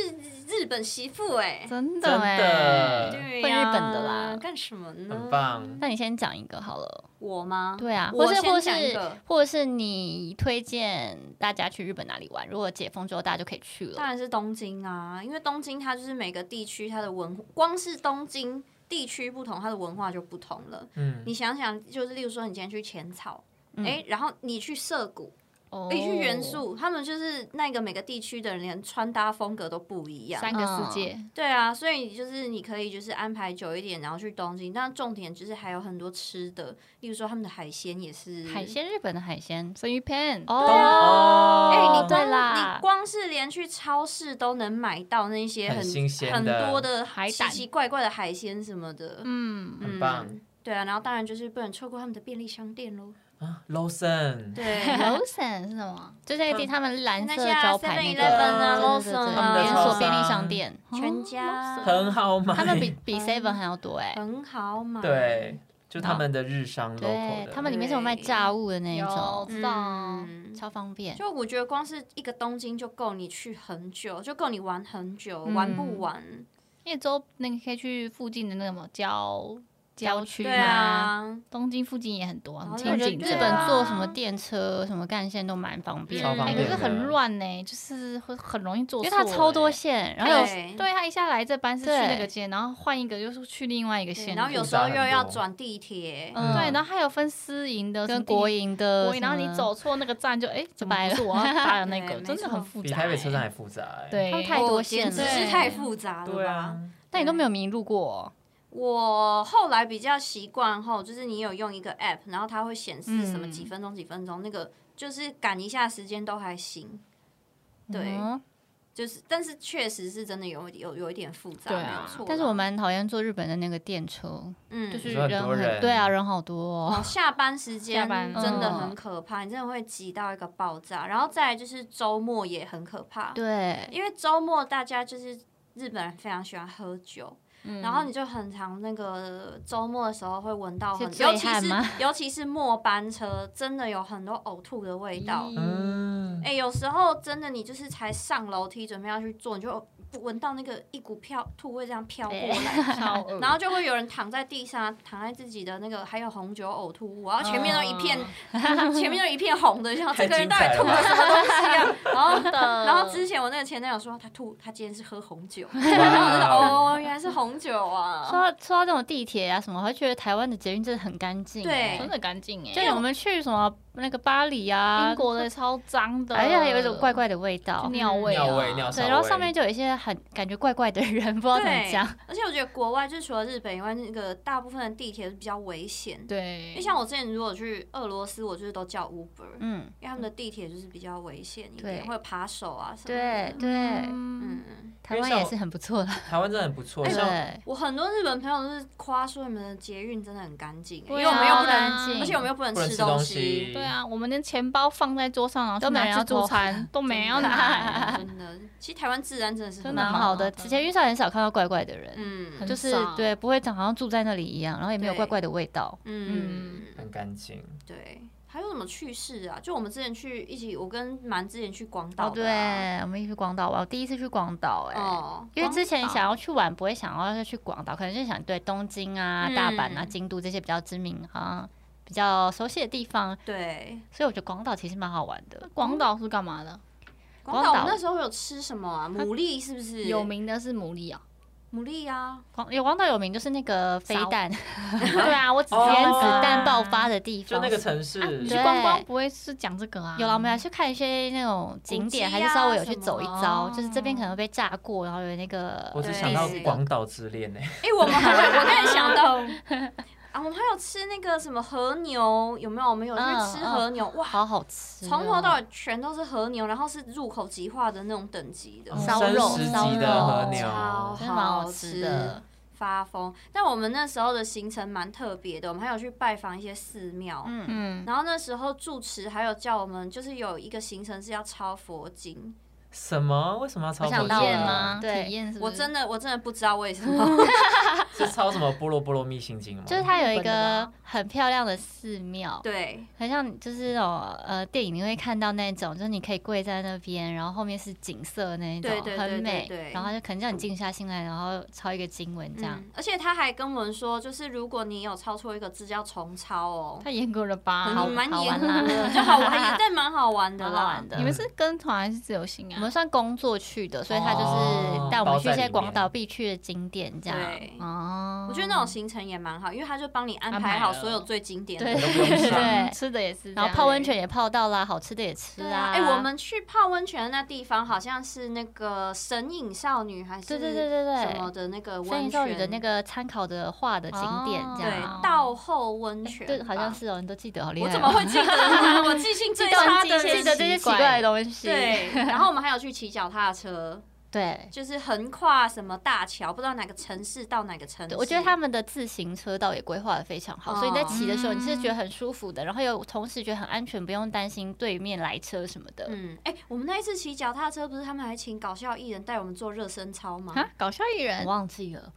Speaker 4: 日本媳妇哎、
Speaker 2: 真
Speaker 3: 真的哎，
Speaker 2: 的
Speaker 4: 对
Speaker 1: 混
Speaker 4: 呀
Speaker 1: 日本的啦
Speaker 4: 干什么呢？
Speaker 2: 很棒。
Speaker 1: 那你先讲一个好了，
Speaker 4: 我吗？
Speaker 1: 对啊，或
Speaker 4: 我
Speaker 1: 是或
Speaker 4: 先讲一
Speaker 1: 是
Speaker 4: 个。
Speaker 1: 或者是你推荐大家去日本哪里玩？如果解封之后，大家就可以去
Speaker 4: 当
Speaker 1: 了。
Speaker 4: 然是东京啊，因为东京它就是每个地区它的文，光是东京地区不同，它的文化就不同了。
Speaker 2: 嗯，
Speaker 4: 你想想，就是例如说你今天去浅草，哎、
Speaker 1: 嗯
Speaker 4: 然后你去涩谷，
Speaker 3: 哦
Speaker 4: 你去元，素，他们就是那个每个地区的人连穿搭风格都不一样。
Speaker 3: 三个世界，
Speaker 4: 对啊，所以就是你可以就是安排久一点，然后去东京。但重点就是还有很多吃的，例如说他们的海鲜也是
Speaker 1: 海。鲜，日本的海鲜
Speaker 3: 生鱼片，
Speaker 2: 哦
Speaker 4: 哎、
Speaker 1: 哦
Speaker 4: 你
Speaker 1: 对
Speaker 4: 光
Speaker 1: 啦
Speaker 4: 你，光是连去超市都能买到那些
Speaker 2: 很
Speaker 4: 很
Speaker 2: 新鲜
Speaker 4: 很
Speaker 2: 的
Speaker 4: 多的
Speaker 3: 海
Speaker 4: 奇
Speaker 3: 胆
Speaker 4: 奇怪怪的海鲜什么的，
Speaker 3: 嗯，
Speaker 2: 很棒
Speaker 4: 嗯。对啊，然后当然就是不能错过他们的便利商店喽。
Speaker 2: 啊，Lawson，
Speaker 4: 对，啊
Speaker 3: Lawson 是什么？
Speaker 1: 就在地他们蓝色
Speaker 4: 嗯那些啊
Speaker 1: 招牌那
Speaker 4: 7-Eleven 啊
Speaker 1: 个，对对对
Speaker 4: Lawson
Speaker 2: 啊
Speaker 1: 对连锁便利商店，
Speaker 4: 全家
Speaker 2: 很好买，
Speaker 1: 他们比比 Seven 还要多哎、
Speaker 4: 很好买。
Speaker 2: 对，就他们的日商 local
Speaker 1: 对
Speaker 2: 的，，
Speaker 1: 他们里面是有卖炸物的那一
Speaker 3: 有
Speaker 1: 种，
Speaker 3: 知道啊。
Speaker 4: 嗯
Speaker 1: 超方便。
Speaker 4: 就我觉得光是一个东京就够你去很久，就够你玩很久，
Speaker 3: 嗯
Speaker 4: 玩不完。
Speaker 3: 叶州那个可以去附近的那个什么郊郊区
Speaker 4: 对
Speaker 3: 嘛，
Speaker 4: 啊，
Speaker 3: 东京附近也很多啊，
Speaker 4: 哦
Speaker 3: 什
Speaker 1: 我
Speaker 3: 么
Speaker 1: 觉得
Speaker 3: 清景
Speaker 1: 日
Speaker 3: 泽
Speaker 1: 本
Speaker 3: 啊
Speaker 1: 坐什么电车、什么干线都蛮方便的，
Speaker 2: 超方
Speaker 3: 哎，
Speaker 2: 便
Speaker 3: 可
Speaker 2: 的
Speaker 3: 是很乱呢，就是会很容易坐
Speaker 1: 因
Speaker 3: 错
Speaker 1: 为
Speaker 3: 欸，
Speaker 1: 它超多线，然后有
Speaker 4: 对
Speaker 3: 对他一下来这班是去
Speaker 1: 对
Speaker 3: 那个线，然后换一个又是去另外一个
Speaker 4: 对
Speaker 3: 线，
Speaker 4: 然后有
Speaker 2: 复
Speaker 4: 时候
Speaker 2: 杂
Speaker 4: 又
Speaker 2: 很
Speaker 4: 要
Speaker 2: 多
Speaker 4: 转地铁，
Speaker 1: 嗯
Speaker 3: 对，然后还有分私营的
Speaker 1: 跟国
Speaker 3: 营。
Speaker 1: 营的
Speaker 3: 国
Speaker 1: 什
Speaker 3: 营，
Speaker 1: 么，嗯
Speaker 3: 然后你走错那个站就哎，怎么
Speaker 1: 白
Speaker 3: 不是我 要搭的那个？
Speaker 4: 对
Speaker 3: 真的很
Speaker 4: 没错
Speaker 3: 复
Speaker 2: 比
Speaker 3: 杂欸。
Speaker 2: 台北车站还复杂欸。
Speaker 3: 对，
Speaker 1: 他们太
Speaker 4: 哦
Speaker 1: 多线
Speaker 4: 简直
Speaker 1: 了
Speaker 4: 是
Speaker 3: 对
Speaker 4: 太复杂了
Speaker 2: 对
Speaker 4: 吧
Speaker 2: 啊。，
Speaker 1: 但你都没有迷路过哦
Speaker 4: 我后来比较习惯后，就是你有用一个 app，然后它会显示什么
Speaker 1: 嗯
Speaker 4: 几分钟、几分钟，那个就是赶一下时间都还行。
Speaker 1: 哦，
Speaker 4: 对，
Speaker 1: 嗯
Speaker 4: 就是，但是确实是真的有有有一点复杂，
Speaker 3: 对
Speaker 4: 没
Speaker 3: 啊
Speaker 4: 有错啦。
Speaker 1: 但是我蛮讨厌坐日本的那个电车，
Speaker 4: 嗯，
Speaker 1: 就是
Speaker 2: 你说很
Speaker 1: 人
Speaker 2: 多
Speaker 1: 很
Speaker 2: 人
Speaker 1: 对啊，人好多哦。
Speaker 4: 哦，下班时间
Speaker 3: 下班
Speaker 4: 真
Speaker 1: 嗯
Speaker 4: 的很可怕，你真的会挤到一个爆炸。然后再来就是周末也很可怕，
Speaker 1: 对，
Speaker 4: 因为周末大家就是日本人非常喜欢喝酒，
Speaker 1: 嗯
Speaker 4: 然后你就很常那个周末的时候会闻到很，
Speaker 1: 是醉
Speaker 4: 尤其
Speaker 1: 汉
Speaker 4: 是
Speaker 1: 吗
Speaker 4: 尤其是末班车，真的有很多呕吐的味道。
Speaker 2: 嗯，
Speaker 4: 哎、有时候真的你就是才上楼梯准备要去坐，你就闻到那个一股飘吐味这样飘 过
Speaker 1: 嗯
Speaker 4: 来，
Speaker 3: 超 恶
Speaker 4: 然后就会有人躺在地上，躺在自己的那个还有红酒呕吐物，然后前面都一片，
Speaker 1: 哦
Speaker 4: 前面都一片红的，像这
Speaker 2: 太
Speaker 4: 个人
Speaker 2: 精
Speaker 4: 到底
Speaker 2: 彩
Speaker 4: 吐
Speaker 2: 了
Speaker 4: 了什
Speaker 2: 吧，
Speaker 4: 么东西啊？ 然后
Speaker 3: 真的
Speaker 4: 然后之前我那个前男友说他吐，他今天是喝红酒，然后我就说
Speaker 2: 哇
Speaker 4: 哦，原来是红酒
Speaker 1: 说
Speaker 4: 啊。
Speaker 1: 到说到这种地铁啊什么，我会觉得台湾的捷运真的很干净。欸
Speaker 4: 对
Speaker 3: 真的干净哎，
Speaker 1: 就我们去什么那个巴黎啊，
Speaker 3: 英国的超脏的，
Speaker 1: 而且哎还有一种怪怪的味
Speaker 3: 就
Speaker 1: 道。嗯
Speaker 3: 尿味啊，
Speaker 2: 尿味尿骚
Speaker 1: 对，
Speaker 2: 味，
Speaker 1: 然后上面就有一些很感觉怪怪的人，不知道怎么
Speaker 4: 对
Speaker 1: 讲。，
Speaker 4: 而且我觉得国外就是除了日本以外，那个大部分的地铁是比较危险。
Speaker 3: 对，
Speaker 4: 因为像我之前如果去俄罗斯，我就是都叫 Uber，、
Speaker 1: 嗯，
Speaker 4: 因为他们的地铁就是比较危险一
Speaker 1: 对
Speaker 4: 点，会有扒手啊什么
Speaker 1: 对
Speaker 4: 的。
Speaker 1: 对，
Speaker 3: 嗯，
Speaker 4: 嗯，
Speaker 1: 台湾也是很不错的。
Speaker 2: 台湾真的很不错，像
Speaker 1: 对，
Speaker 4: 我很多日本朋友都是夸说你们的捷运真的很干净、欸因
Speaker 3: 对啊
Speaker 4: 为我们又不
Speaker 1: 干
Speaker 4: 能，
Speaker 1: 净
Speaker 4: 而且我们又不能
Speaker 2: 不能
Speaker 4: 吃
Speaker 2: 吃
Speaker 4: 东
Speaker 2: 东
Speaker 4: 西，
Speaker 2: 西，
Speaker 3: 对，啊，我们连钱包放在桌上，然后去
Speaker 1: 都没人
Speaker 3: 拿
Speaker 1: 要
Speaker 3: 自助
Speaker 1: 偷
Speaker 3: 餐都没要
Speaker 4: 真的
Speaker 3: 拿，
Speaker 4: 真的，其实台湾治安真的是很
Speaker 3: 真的
Speaker 1: 蛮
Speaker 3: 好
Speaker 1: 好的。
Speaker 3: 的
Speaker 1: 之前遇上很少看到怪怪的人，
Speaker 4: 啊嗯
Speaker 3: 很
Speaker 1: 就是
Speaker 3: 少
Speaker 1: 对，不会长好像住在那里一样，然后也没有
Speaker 4: 对
Speaker 1: 怪怪的味道。
Speaker 4: 嗯，
Speaker 2: 很干净，
Speaker 4: 对。还有什么趣事啊？就我们之前去一起，我跟蛮之前去广岛
Speaker 1: 哦，
Speaker 4: 的啊、
Speaker 1: 对，我们一起去广岛玩，我第一次去广岛，哎。
Speaker 4: 哦，
Speaker 1: 因为之前
Speaker 3: 广岛
Speaker 1: 想要去玩，不会想要去广岛，可能就想对东京啊、大阪啊、
Speaker 4: 嗯
Speaker 1: 京都这些比较知名、好像比较熟悉的地方，
Speaker 4: 对，
Speaker 1: 所以我觉得广岛其实蛮好玩的。
Speaker 3: 广岛是干嘛的？
Speaker 4: 广
Speaker 1: 广
Speaker 4: 岛
Speaker 1: 岛
Speaker 4: 我们那时候有吃什么啊？牡蛎是不是？
Speaker 3: 有名的是牡蛎啊，
Speaker 4: 牡 蛎啊，
Speaker 1: 广有广岛有名就是那个飞
Speaker 3: 烧
Speaker 1: 弹、
Speaker 3: 对啊，我只
Speaker 2: 哦
Speaker 1: 原
Speaker 3: 原
Speaker 1: 子弹爆发的地
Speaker 2: 就
Speaker 1: 方，
Speaker 2: 那个城市，
Speaker 3: 啊你去
Speaker 1: 对
Speaker 3: 观光不会是讲这个啊？
Speaker 1: 有了，我们还去看一些那种景点，
Speaker 4: 古
Speaker 1: 还
Speaker 4: 迹啊
Speaker 1: 是稍微有去走一遭。
Speaker 3: 什么
Speaker 1: 就是这边可能被炸过，然后有那个
Speaker 2: 我只
Speaker 4: 对
Speaker 2: 想到
Speaker 4: 是
Speaker 2: 广岛之恋欸呢，
Speaker 4: 哎、我们还 有，我刚才想到啊，我们还有吃那个什么和牛，有没有？我们有去
Speaker 1: 嗯
Speaker 4: 吃和牛，哇，
Speaker 1: 好好吃哦，
Speaker 4: 从头到尾全都是和牛，然后是入口即化的那种等级的，
Speaker 1: 哦烧肉
Speaker 2: 生食
Speaker 1: 烧
Speaker 2: 级
Speaker 1: 肉
Speaker 2: 的和牛，
Speaker 4: 超
Speaker 1: 真的蛮好
Speaker 4: 好
Speaker 1: 吃的。
Speaker 4: 发疯。但我们那时候的行程蛮特别的，我们还有去拜访一些寺庙。
Speaker 1: 嗯，
Speaker 3: 嗯，
Speaker 4: 然后那时候住持还有叫我们，就是有一个行程是要抄佛经，
Speaker 2: 什么？为什么要抄
Speaker 1: 我
Speaker 2: 火啊
Speaker 1: 想
Speaker 2: 箭
Speaker 1: 到
Speaker 3: 体验
Speaker 1: 了
Speaker 3: 吗？
Speaker 1: 对
Speaker 3: 嗯体验是不是？
Speaker 4: 我真的我真的不知道为什么。
Speaker 1: 嗯
Speaker 2: 是抄什么《波罗波罗蜜心经》吗？
Speaker 1: 就是它有一
Speaker 3: 日本的
Speaker 1: 个
Speaker 3: 吧
Speaker 1: 很漂亮的寺庙，
Speaker 4: 对，
Speaker 1: 很像就是那种呃电影你会看到那种，就是你可以跪在那边，然后后面是景色那一种
Speaker 4: 对对，对
Speaker 1: 很
Speaker 4: 对
Speaker 1: 美
Speaker 4: 对。
Speaker 1: 然后就可能叫你静下心来，然后抄一个经文这样。
Speaker 4: 嗯，而且他还跟我们说，就是如果你有抄错一个字，要重抄哦。
Speaker 3: 太严格了吧？
Speaker 4: 嗯蛮
Speaker 1: 好
Speaker 4: 严
Speaker 1: 玩
Speaker 4: 格
Speaker 1: 啦
Speaker 4: 的，就好玩，也但蛮好玩的
Speaker 1: 蛮嗯
Speaker 4: 啦。
Speaker 1: 好玩的
Speaker 3: 你们是跟团还是自由行啊？
Speaker 1: 我们算工作去的，所以他就是
Speaker 2: 哦
Speaker 1: 带我们去一
Speaker 2: 包在
Speaker 1: 些
Speaker 2: 里面
Speaker 1: 广岛必去的景点这样。嗯
Speaker 4: 对，
Speaker 3: 哦
Speaker 4: 我觉得那种行程也蛮好，因为他就帮你安
Speaker 3: 安
Speaker 4: 排
Speaker 3: 排
Speaker 4: 好
Speaker 3: 了
Speaker 4: 所有最经典的
Speaker 1: 对
Speaker 2: 都不用
Speaker 1: 对
Speaker 2: 上
Speaker 1: 对，
Speaker 3: 吃的也是这样，
Speaker 1: 然后泡温泉也泡到啦，好吃的也吃
Speaker 4: 对
Speaker 1: 啊。
Speaker 4: 哎、我们去泡温泉的那地方好像是那个神隐少女还是
Speaker 1: 对对对对对
Speaker 4: 什么的那个
Speaker 1: 森
Speaker 4: 温
Speaker 1: 林
Speaker 4: 泉
Speaker 1: 少女的那个参考的画的景点
Speaker 3: 哦
Speaker 1: 这
Speaker 4: 对
Speaker 1: 样。
Speaker 4: 道后温
Speaker 1: 哎
Speaker 4: 泉吧，
Speaker 1: 对，好像是哦，你都记得好厉害
Speaker 4: 我
Speaker 1: 哦。
Speaker 4: 怎么会记得 呢？我记性最
Speaker 1: 记
Speaker 4: 差
Speaker 1: 得
Speaker 4: 的人
Speaker 1: 记得这些奇怪的东西？
Speaker 4: 对，然后我们还有去骑脚踏车，
Speaker 1: 对，
Speaker 4: 就是横跨什么大桥，不知道哪个城市到哪个城市。
Speaker 1: 对，我觉得他们的自行车道也规划的非常好，所以你在
Speaker 4: 哦
Speaker 1: 骑的时候你是觉得
Speaker 4: 嗯
Speaker 1: 很舒服的，然后又同时觉得很安全，不用担心对面来车什么的。
Speaker 4: 嗯，哎、我们那一次骑脚踏车，不是他们还请搞笑艺人带我们做热身操吗？
Speaker 3: 啊，搞笑艺
Speaker 1: 我
Speaker 3: 人，
Speaker 1: 忘记了，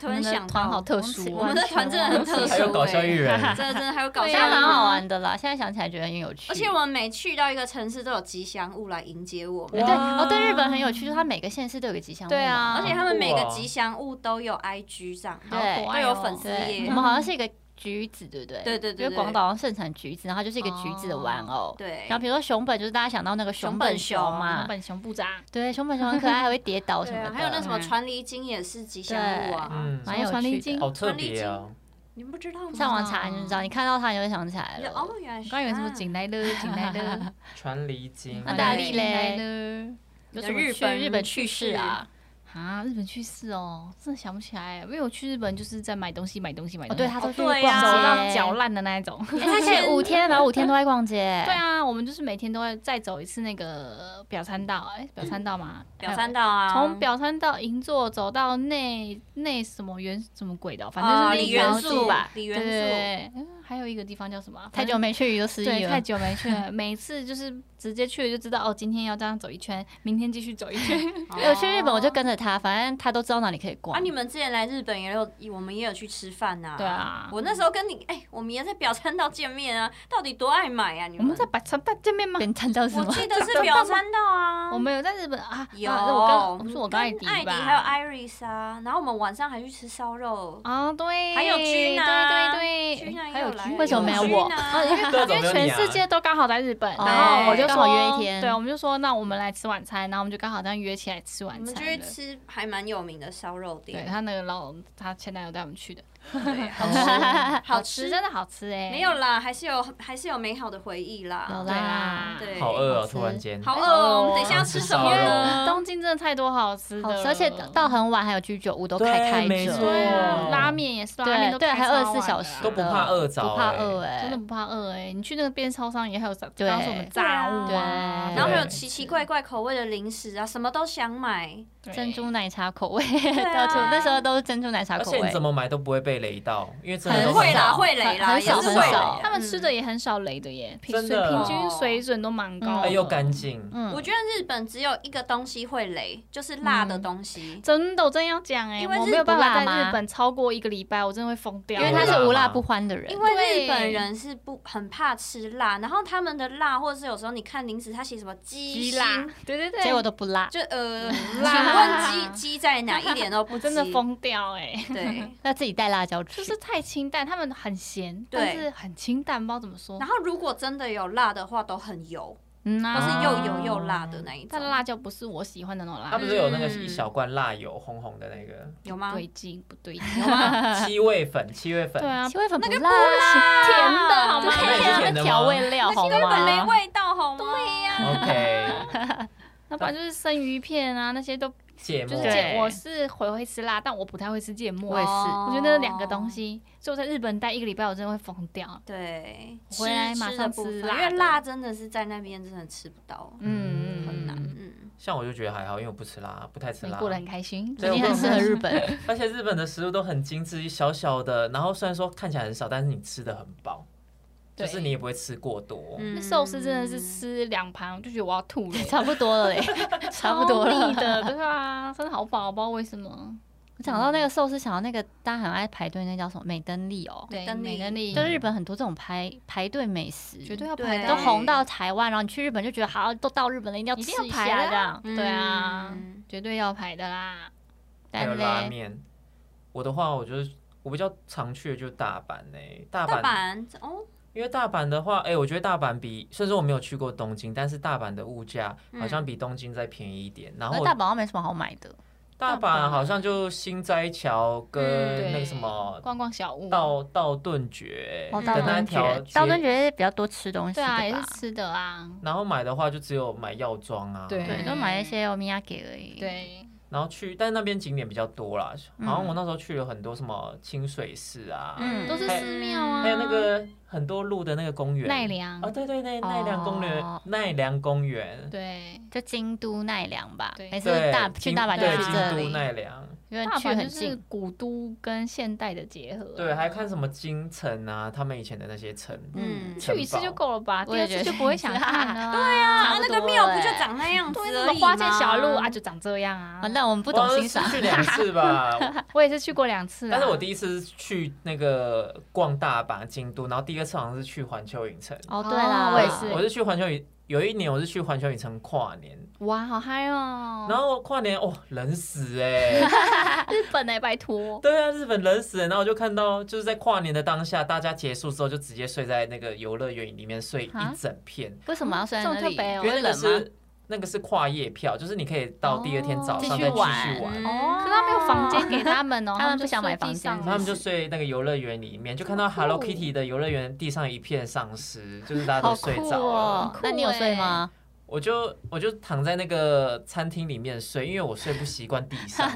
Speaker 4: 突然想
Speaker 3: 团好
Speaker 4: 到，
Speaker 3: 特殊
Speaker 1: 啊
Speaker 3: 哦，
Speaker 4: 我们的团真的很特殊、哎
Speaker 2: 还有搞笑艺 人，
Speaker 4: 真的真的还有搞
Speaker 1: 好
Speaker 4: 笑
Speaker 1: 像啊
Speaker 4: 艺
Speaker 1: 蛮
Speaker 4: 人。
Speaker 1: 好玩的啦。现在想起来觉得很有趣，
Speaker 4: 啊而且我们每去到一个城市，都有吉祥物来迎接我们
Speaker 1: 对，
Speaker 2: 哇，
Speaker 1: 哦，对，日本很有趣，就是它每个县市都有个吉祥物嘛。
Speaker 3: 对啊
Speaker 4: 而且他们每
Speaker 2: 好
Speaker 4: 个
Speaker 2: 酷哦
Speaker 4: 吉祥物都有 IG 上，
Speaker 3: 好
Speaker 1: 对
Speaker 3: 可
Speaker 4: 都
Speaker 3: 爱
Speaker 4: 有
Speaker 3: 哦
Speaker 4: 粉丝
Speaker 1: 对，
Speaker 4: 页
Speaker 1: 我。们好像是一个橘子，对不对？
Speaker 4: 嗯对对对对哦
Speaker 1: 因为广岛好像盛产橘子，然后它就是一个橘子的玩偶。
Speaker 4: 对
Speaker 1: 然后比如说熊本，就是大家想到那个熊本熊嘛
Speaker 3: 熊，本熊部长，
Speaker 1: 对，熊本熊很可爱，还会跌倒什
Speaker 4: 对
Speaker 1: 么
Speaker 4: 啊
Speaker 1: 的。，
Speaker 4: 还有那什么
Speaker 3: 嗯
Speaker 4: 传梨精也是吉祥物啊，
Speaker 2: 嗯，
Speaker 1: 蛮有趣的
Speaker 3: 传灵经
Speaker 2: 好特别哦，
Speaker 4: 你们不知道吗？
Speaker 1: 上网查你就知道，你看到它你就想起来
Speaker 4: 你就
Speaker 1: 了。
Speaker 4: 哦，原来是
Speaker 3: 刚以为什么
Speaker 4: 啊
Speaker 3: 景来乐，景来 乐，
Speaker 2: 传离经，
Speaker 1: 那大力
Speaker 4: 力
Speaker 1: 嘞，
Speaker 3: 啊嘞，
Speaker 1: 有什么
Speaker 4: 日
Speaker 1: 去
Speaker 4: 本
Speaker 1: 日本趣事啊？
Speaker 3: 啊，日本去世哦，真的想不起来，因为我去日本就是在买东西，买东西，买
Speaker 1: 哦，
Speaker 3: 东西，
Speaker 1: 对，他都去
Speaker 4: 哦
Speaker 1: 逛
Speaker 4: 对
Speaker 1: 街，哎
Speaker 4: 啊
Speaker 3: 走到脚烂的那一种。
Speaker 1: 他可以五天，然后五天都在逛 街。
Speaker 3: 对，啊，我们就是每天都会再走一次那个表参道，哎、表参道嘛，
Speaker 4: 表参道啊，
Speaker 3: 从表参道银座走到内内什么元什么鬼的哦，反正就
Speaker 4: 啊
Speaker 3: 是那
Speaker 4: 李
Speaker 3: 一
Speaker 4: 元
Speaker 3: 条
Speaker 4: 素
Speaker 3: 街吧，
Speaker 4: 李
Speaker 3: 对
Speaker 4: 元
Speaker 3: 对
Speaker 4: 素，
Speaker 3: 对，嗯还有一个地方叫什么啊？
Speaker 1: 太久
Speaker 3: 没
Speaker 1: 没去，都失忆
Speaker 3: 对，
Speaker 1: 了。
Speaker 3: 太久没去了。每次就是直接去了就知道哦，今天要这样走一圈，明天继续走一圈。
Speaker 1: 有去日本我就
Speaker 4: 哦
Speaker 1: 跟着他，反正他都知道哪里可以逛。
Speaker 4: 啊，你们之前来日本也有，我们也有去吃饭呐。
Speaker 3: 对啊
Speaker 4: 我那时候跟你，哎，我们也在表参道见面啊，到底多爱买啊，你
Speaker 3: 我们在百川大见面吗？
Speaker 1: 跟看到什
Speaker 4: 我
Speaker 1: 么？
Speaker 4: 记得是表参道啊，
Speaker 3: 我们有在日本啊，
Speaker 4: 有，
Speaker 3: 啊我跟我是我跟艾迪
Speaker 4: 艾迪
Speaker 3: 吧，
Speaker 4: 还有 Iris 啊，然后我们晚上还去吃烧肉，
Speaker 3: 啊，对，
Speaker 4: 还有君啊
Speaker 3: 对对哎
Speaker 4: 居
Speaker 3: 对，
Speaker 4: 然
Speaker 1: 还有
Speaker 4: 有来，
Speaker 1: 为什么没有我
Speaker 4: 君啊
Speaker 1: 哦因为
Speaker 2: 各种
Speaker 3: 因为
Speaker 2: 有
Speaker 3: 全
Speaker 2: 你啊
Speaker 3: 世界都刚好在日本，
Speaker 1: 哦
Speaker 3: 然后我就
Speaker 1: 刚好
Speaker 3: 说
Speaker 1: 约一天
Speaker 3: 对，我们就说那我们来吃晚餐，然后我们就刚好这样约起来吃晚
Speaker 4: 我们
Speaker 3: 餐
Speaker 4: 就
Speaker 3: 了。
Speaker 4: 去吃还蛮有名的烧肉
Speaker 3: 对
Speaker 4: 店，
Speaker 3: 他那个老他前男友带我们去的，
Speaker 4: 对啊
Speaker 3: 好
Speaker 4: 好
Speaker 3: 吃
Speaker 4: 吃
Speaker 3: 真的好吃哎，
Speaker 4: 没有啦，还是有还是有美好的回忆
Speaker 1: 有
Speaker 4: 啦。
Speaker 3: 对啦
Speaker 1: 啦，
Speaker 4: 对
Speaker 2: 好饿
Speaker 1: 好
Speaker 2: 哦，
Speaker 1: 吃
Speaker 2: 突然间，
Speaker 4: 好饿
Speaker 3: 哦
Speaker 4: 哦，我们等一下要吃什么呢？
Speaker 3: 东京真的太多好吃的
Speaker 1: 好
Speaker 3: 了，
Speaker 1: 吃，而且到很晚还有居酒屋都
Speaker 2: 对
Speaker 1: 开开
Speaker 2: 没
Speaker 1: 着，
Speaker 2: 错
Speaker 3: 对啊，
Speaker 2: 哦
Speaker 3: 拉面也是，拉面
Speaker 1: 对
Speaker 3: 都
Speaker 1: 对，
Speaker 3: 开
Speaker 1: 还
Speaker 3: 超
Speaker 1: 二
Speaker 3: 晚
Speaker 1: 十
Speaker 3: 的
Speaker 1: 四
Speaker 3: 啊
Speaker 1: 小时的
Speaker 2: 都不怕饿着
Speaker 1: 不怕
Speaker 2: 欸
Speaker 1: 饿
Speaker 3: 真
Speaker 1: 哎，
Speaker 3: 的不怕饿哎，你去那个便超商也还有炸，
Speaker 1: 对
Speaker 3: 刚刚说我们炸物
Speaker 4: 对
Speaker 3: 啊
Speaker 1: 啊，
Speaker 4: 然后还有
Speaker 2: 对
Speaker 4: 奇奇怪怪口味的零食啊，什么都想买。
Speaker 3: 对
Speaker 1: 珍珠奶茶口味，
Speaker 4: 啊
Speaker 1: 到处那时候都是珍珠奶茶
Speaker 2: 而
Speaker 1: 口
Speaker 2: 且你
Speaker 1: 味
Speaker 2: 怎，么买都不会被雷到，因为真的
Speaker 1: 很少
Speaker 2: 都
Speaker 4: 会啦，
Speaker 2: 啦，
Speaker 4: 会雷啦，
Speaker 1: 很
Speaker 4: 也
Speaker 1: 少
Speaker 4: 是
Speaker 1: 很
Speaker 4: 会
Speaker 1: 少
Speaker 4: 雷
Speaker 3: 他们
Speaker 4: 嗯
Speaker 3: 吃的也很少雷的耶，平
Speaker 2: 真
Speaker 3: 水
Speaker 2: 的
Speaker 3: 平均水准都蛮高的，
Speaker 2: 哎又干净，
Speaker 1: 嗯
Speaker 4: 我觉得日本只有一个东西会雷，就是辣的东西。
Speaker 3: 真的，我真要讲哎、
Speaker 4: 因为
Speaker 3: 我
Speaker 4: 日
Speaker 3: 没有办法
Speaker 1: 不辣
Speaker 3: 在
Speaker 1: 吗
Speaker 3: 日本超过一个礼拜，我真的会疯掉。
Speaker 1: 因为他
Speaker 2: 有辣
Speaker 1: 是无辣
Speaker 2: 吗
Speaker 1: 不欢的人
Speaker 4: 因，为
Speaker 3: 对
Speaker 4: 日本人是不很怕吃辣，然后他们的辣，或者是有时候你看零食，它写什么鸡
Speaker 3: 鸡
Speaker 4: 心
Speaker 3: 辣，，对对对，
Speaker 1: 结果都不辣。
Speaker 4: 就呃，请
Speaker 3: 辣
Speaker 4: 问鸡鸡在哪？一点都不
Speaker 3: 我
Speaker 4: 鸡
Speaker 3: 真的疯掉哎、
Speaker 4: 对。
Speaker 1: 那自己带辣椒
Speaker 3: 就
Speaker 1: 吃，
Speaker 3: 是太清淡，他们很咸，
Speaker 4: 对
Speaker 3: 但是很清淡，不知道怎么说
Speaker 4: 然。后如果真的有辣的话，都很油，
Speaker 3: 嗯
Speaker 4: 都
Speaker 3: 啊
Speaker 4: 是又油又辣的那一种。
Speaker 3: 但辣椒不是我喜欢的那种
Speaker 2: 它
Speaker 3: 辣
Speaker 2: 啊不，是有那个一小罐辣油，红红的那个
Speaker 4: 有吗？
Speaker 3: 对劲不对劲，
Speaker 2: 七味粉，七味粉
Speaker 3: 对，啊，
Speaker 1: 七味粉不辣，啊
Speaker 3: 甜的好吗？
Speaker 2: 对啊
Speaker 1: 那调味料好
Speaker 4: 根本没
Speaker 1: 吗？
Speaker 4: 味道好吗？对呀
Speaker 2: OK，
Speaker 3: 那不然就是生鱼片啊，那些都
Speaker 2: 芥
Speaker 3: 就
Speaker 2: 末
Speaker 3: 是
Speaker 1: 对
Speaker 3: 芥，我是会会吃辣，但我不太会吃芥末。
Speaker 1: 我也是
Speaker 3: 我觉得那两个东。西，所以我在日本待一个礼拜，我真的会疯掉。
Speaker 4: 对，
Speaker 3: 回来马上
Speaker 4: 吃
Speaker 3: 吃辣
Speaker 4: 的部分
Speaker 3: 的
Speaker 4: 因为辣真的是在那边真的吃不到，
Speaker 3: 嗯，
Speaker 4: 很难。
Speaker 1: 嗯
Speaker 4: 嗯，
Speaker 2: 像我就觉得还好，因为我不吃辣，不太吃
Speaker 3: 你
Speaker 2: 辣，
Speaker 3: 过得很开心，
Speaker 2: 对
Speaker 1: 你
Speaker 2: 我
Speaker 1: 很适合日本，，
Speaker 2: 而且日本的食物都很精致，小小的，然后虽然说看起来很少，但是你吃的很饱，就
Speaker 3: 对
Speaker 2: 是你也不会吃过多。
Speaker 4: 嗯
Speaker 3: 那寿司真的是吃两盘，我就觉得我要 吐了
Speaker 1: 差不多了嘞，差不多
Speaker 3: 超
Speaker 1: 了
Speaker 3: 腻。的，对啊，真的好饱，我不知道为什么。
Speaker 1: 我讲到那个寿司，想到那个大家很爱排队，那叫什么美登利哦，
Speaker 3: 对，
Speaker 4: 登
Speaker 3: 美
Speaker 4: 利
Speaker 3: 登利
Speaker 1: 就日本很多这种排排队美食，
Speaker 3: 绝对啊要排
Speaker 4: 对
Speaker 1: 都
Speaker 3: 到
Speaker 1: 红到台湾，然后你去日本就觉得好，都到日本了，一定要
Speaker 3: 一
Speaker 1: 吃
Speaker 3: 定要
Speaker 1: 下
Speaker 3: 排的啊
Speaker 1: 这样。
Speaker 3: 对啊
Speaker 4: 嗯
Speaker 3: 绝对要排的啦。
Speaker 2: 还有
Speaker 1: 但
Speaker 2: 拉
Speaker 1: 嘞，
Speaker 2: 面，我的话，我就是我比较常去的就是大阪呢、大
Speaker 4: 大
Speaker 2: 阪，
Speaker 4: 阪哦，
Speaker 2: 因为大阪的话，哎、我觉得大阪比虽然说我没有去过东京，但是大阪的物价好像比东京再便宜一点。然
Speaker 1: 那嗯
Speaker 2: 后
Speaker 1: 大阪好像没什么好买的，
Speaker 2: 大阪好像就新斋
Speaker 1: 嗯
Speaker 2: 桥跟
Speaker 3: 对，
Speaker 2: 那个什么
Speaker 3: 逛逛小屋，
Speaker 2: 道道顿崛
Speaker 1: 哦，
Speaker 4: 嗯
Speaker 1: 道
Speaker 2: 的那
Speaker 1: 顿
Speaker 2: 条
Speaker 1: 崛，
Speaker 2: 街，
Speaker 1: 道顿崛是比较多吃东西
Speaker 3: 对
Speaker 1: 的
Speaker 3: 啊，也是
Speaker 1: 吧？
Speaker 3: 吃的啊，
Speaker 2: 然后买的话就只有买药妆啊，
Speaker 3: 对
Speaker 1: 对，都买一些欧米茄而已。，
Speaker 3: 对，
Speaker 2: 然后去，但是那边景点比较多啦，好像我那时候去了很多什么清水寺啊，
Speaker 1: 嗯
Speaker 3: 都是寺庙啊，
Speaker 2: 还有那个很多路的那个公园，
Speaker 3: 奈良
Speaker 2: 啊、对对对，奈良公园，
Speaker 1: 哦
Speaker 2: 奈良公园，
Speaker 3: 对，
Speaker 1: 就京都奈良吧，
Speaker 3: 对
Speaker 1: 还是
Speaker 2: 对，
Speaker 1: 大去
Speaker 2: 京
Speaker 1: 大阪
Speaker 3: 对
Speaker 1: 就去
Speaker 2: 京
Speaker 1: 这
Speaker 2: 都
Speaker 1: 里，
Speaker 2: 奈良，
Speaker 1: 因为
Speaker 3: 大
Speaker 1: 去
Speaker 3: 阪
Speaker 1: 很
Speaker 3: 就是
Speaker 1: 近。
Speaker 3: 古都跟现代的结合，啊
Speaker 2: 对，还看什么京城啊，他们以前的那些城，
Speaker 1: 嗯
Speaker 2: 城
Speaker 3: 去一次
Speaker 2: 堡
Speaker 3: 就够了吧，第
Speaker 1: 我也
Speaker 3: 二
Speaker 1: 觉
Speaker 3: 次
Speaker 1: 得
Speaker 3: 就不会想 看了啊，对
Speaker 4: 啊
Speaker 3: 啊，
Speaker 4: 那个庙
Speaker 2: 欸
Speaker 1: 欸
Speaker 4: 不就长那样子
Speaker 3: 对，
Speaker 4: 而
Speaker 3: 那
Speaker 4: 已
Speaker 3: 么
Speaker 4: 吗
Speaker 3: 花间小路啊，，就长这样啊
Speaker 1: 完。蛋，我们不
Speaker 2: 不
Speaker 1: 懂欣赏。
Speaker 2: 去两 次吧，
Speaker 3: 我也是去过两次啊，
Speaker 2: 但是我第一次是去那个逛大阪、京都，然后第二次好像是去环球影城。啊
Speaker 1: 哦，对啦，
Speaker 3: 哦我也是
Speaker 2: 我是去环球影，有一年我是去环球影城跨年，
Speaker 3: 哇，好嗨哦！
Speaker 2: 然后跨年哦人死哎、
Speaker 3: 日本呢、拜托，
Speaker 2: 对啊，日本人死了，然后我就看到就是在跨年的当下，大家结束之后就直接睡在那个游乐园里面睡
Speaker 1: 啊
Speaker 2: 一整片，
Speaker 1: 为什么要睡在那
Speaker 3: 这么
Speaker 1: 里？
Speaker 3: 特别
Speaker 2: 因
Speaker 3: 哦
Speaker 1: 会
Speaker 2: 为那个
Speaker 1: 冷吗？
Speaker 2: 是那个是跨夜票，就是你可以到第二天早上再
Speaker 1: 哦继
Speaker 2: 继
Speaker 1: 续
Speaker 2: 续
Speaker 1: 玩嗯
Speaker 2: 玩。
Speaker 3: 嗯
Speaker 1: 哦
Speaker 3: 可是他没有房间给他们哦，
Speaker 1: 他们
Speaker 3: 就
Speaker 1: 不想买
Speaker 3: 睡地
Speaker 1: 房间
Speaker 3: 上
Speaker 2: 他们就睡那个游乐园里面，就看到 Hello Kitty 的游乐园地上一片丧尸，就是 大家
Speaker 1: 哦好
Speaker 2: 都
Speaker 1: 酷
Speaker 2: 睡着了。
Speaker 1: 哦
Speaker 3: 很！酷
Speaker 1: 那你有睡
Speaker 3: 欸
Speaker 1: 吗？
Speaker 2: 我就我就躺在那个餐厅里面睡，因为我睡不习惯地 上。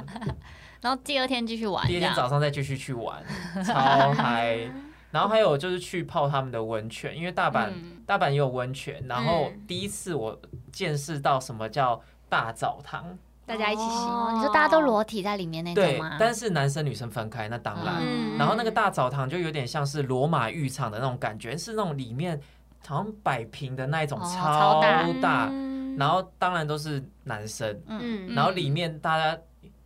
Speaker 1: 然后第二天继续玩，
Speaker 2: 第
Speaker 1: 这
Speaker 2: 二天
Speaker 1: 样。
Speaker 2: 早上再继续去玩， 超嗨。然后还有就是去泡他们的温泉，因为大阪、
Speaker 3: 嗯
Speaker 2: 大阪也有温泉。然后
Speaker 4: 嗯
Speaker 2: 第一次我见识到什么叫大澡堂，
Speaker 3: 大家一起洗。
Speaker 1: 哦，你说大家都裸体在里面那种
Speaker 2: 对
Speaker 1: 吗？，
Speaker 2: 但是男生女生分开，那当然。
Speaker 4: 嗯
Speaker 2: 然后那个大澡堂就有点像是罗马浴场的那种感觉，是那种里面好像摆平的那一种，
Speaker 1: 哦超
Speaker 2: 超
Speaker 1: 大
Speaker 2: 大。
Speaker 4: 嗯
Speaker 3: 嗯
Speaker 2: 然后当然都是男生，
Speaker 1: 嗯，
Speaker 2: 然后里面大家，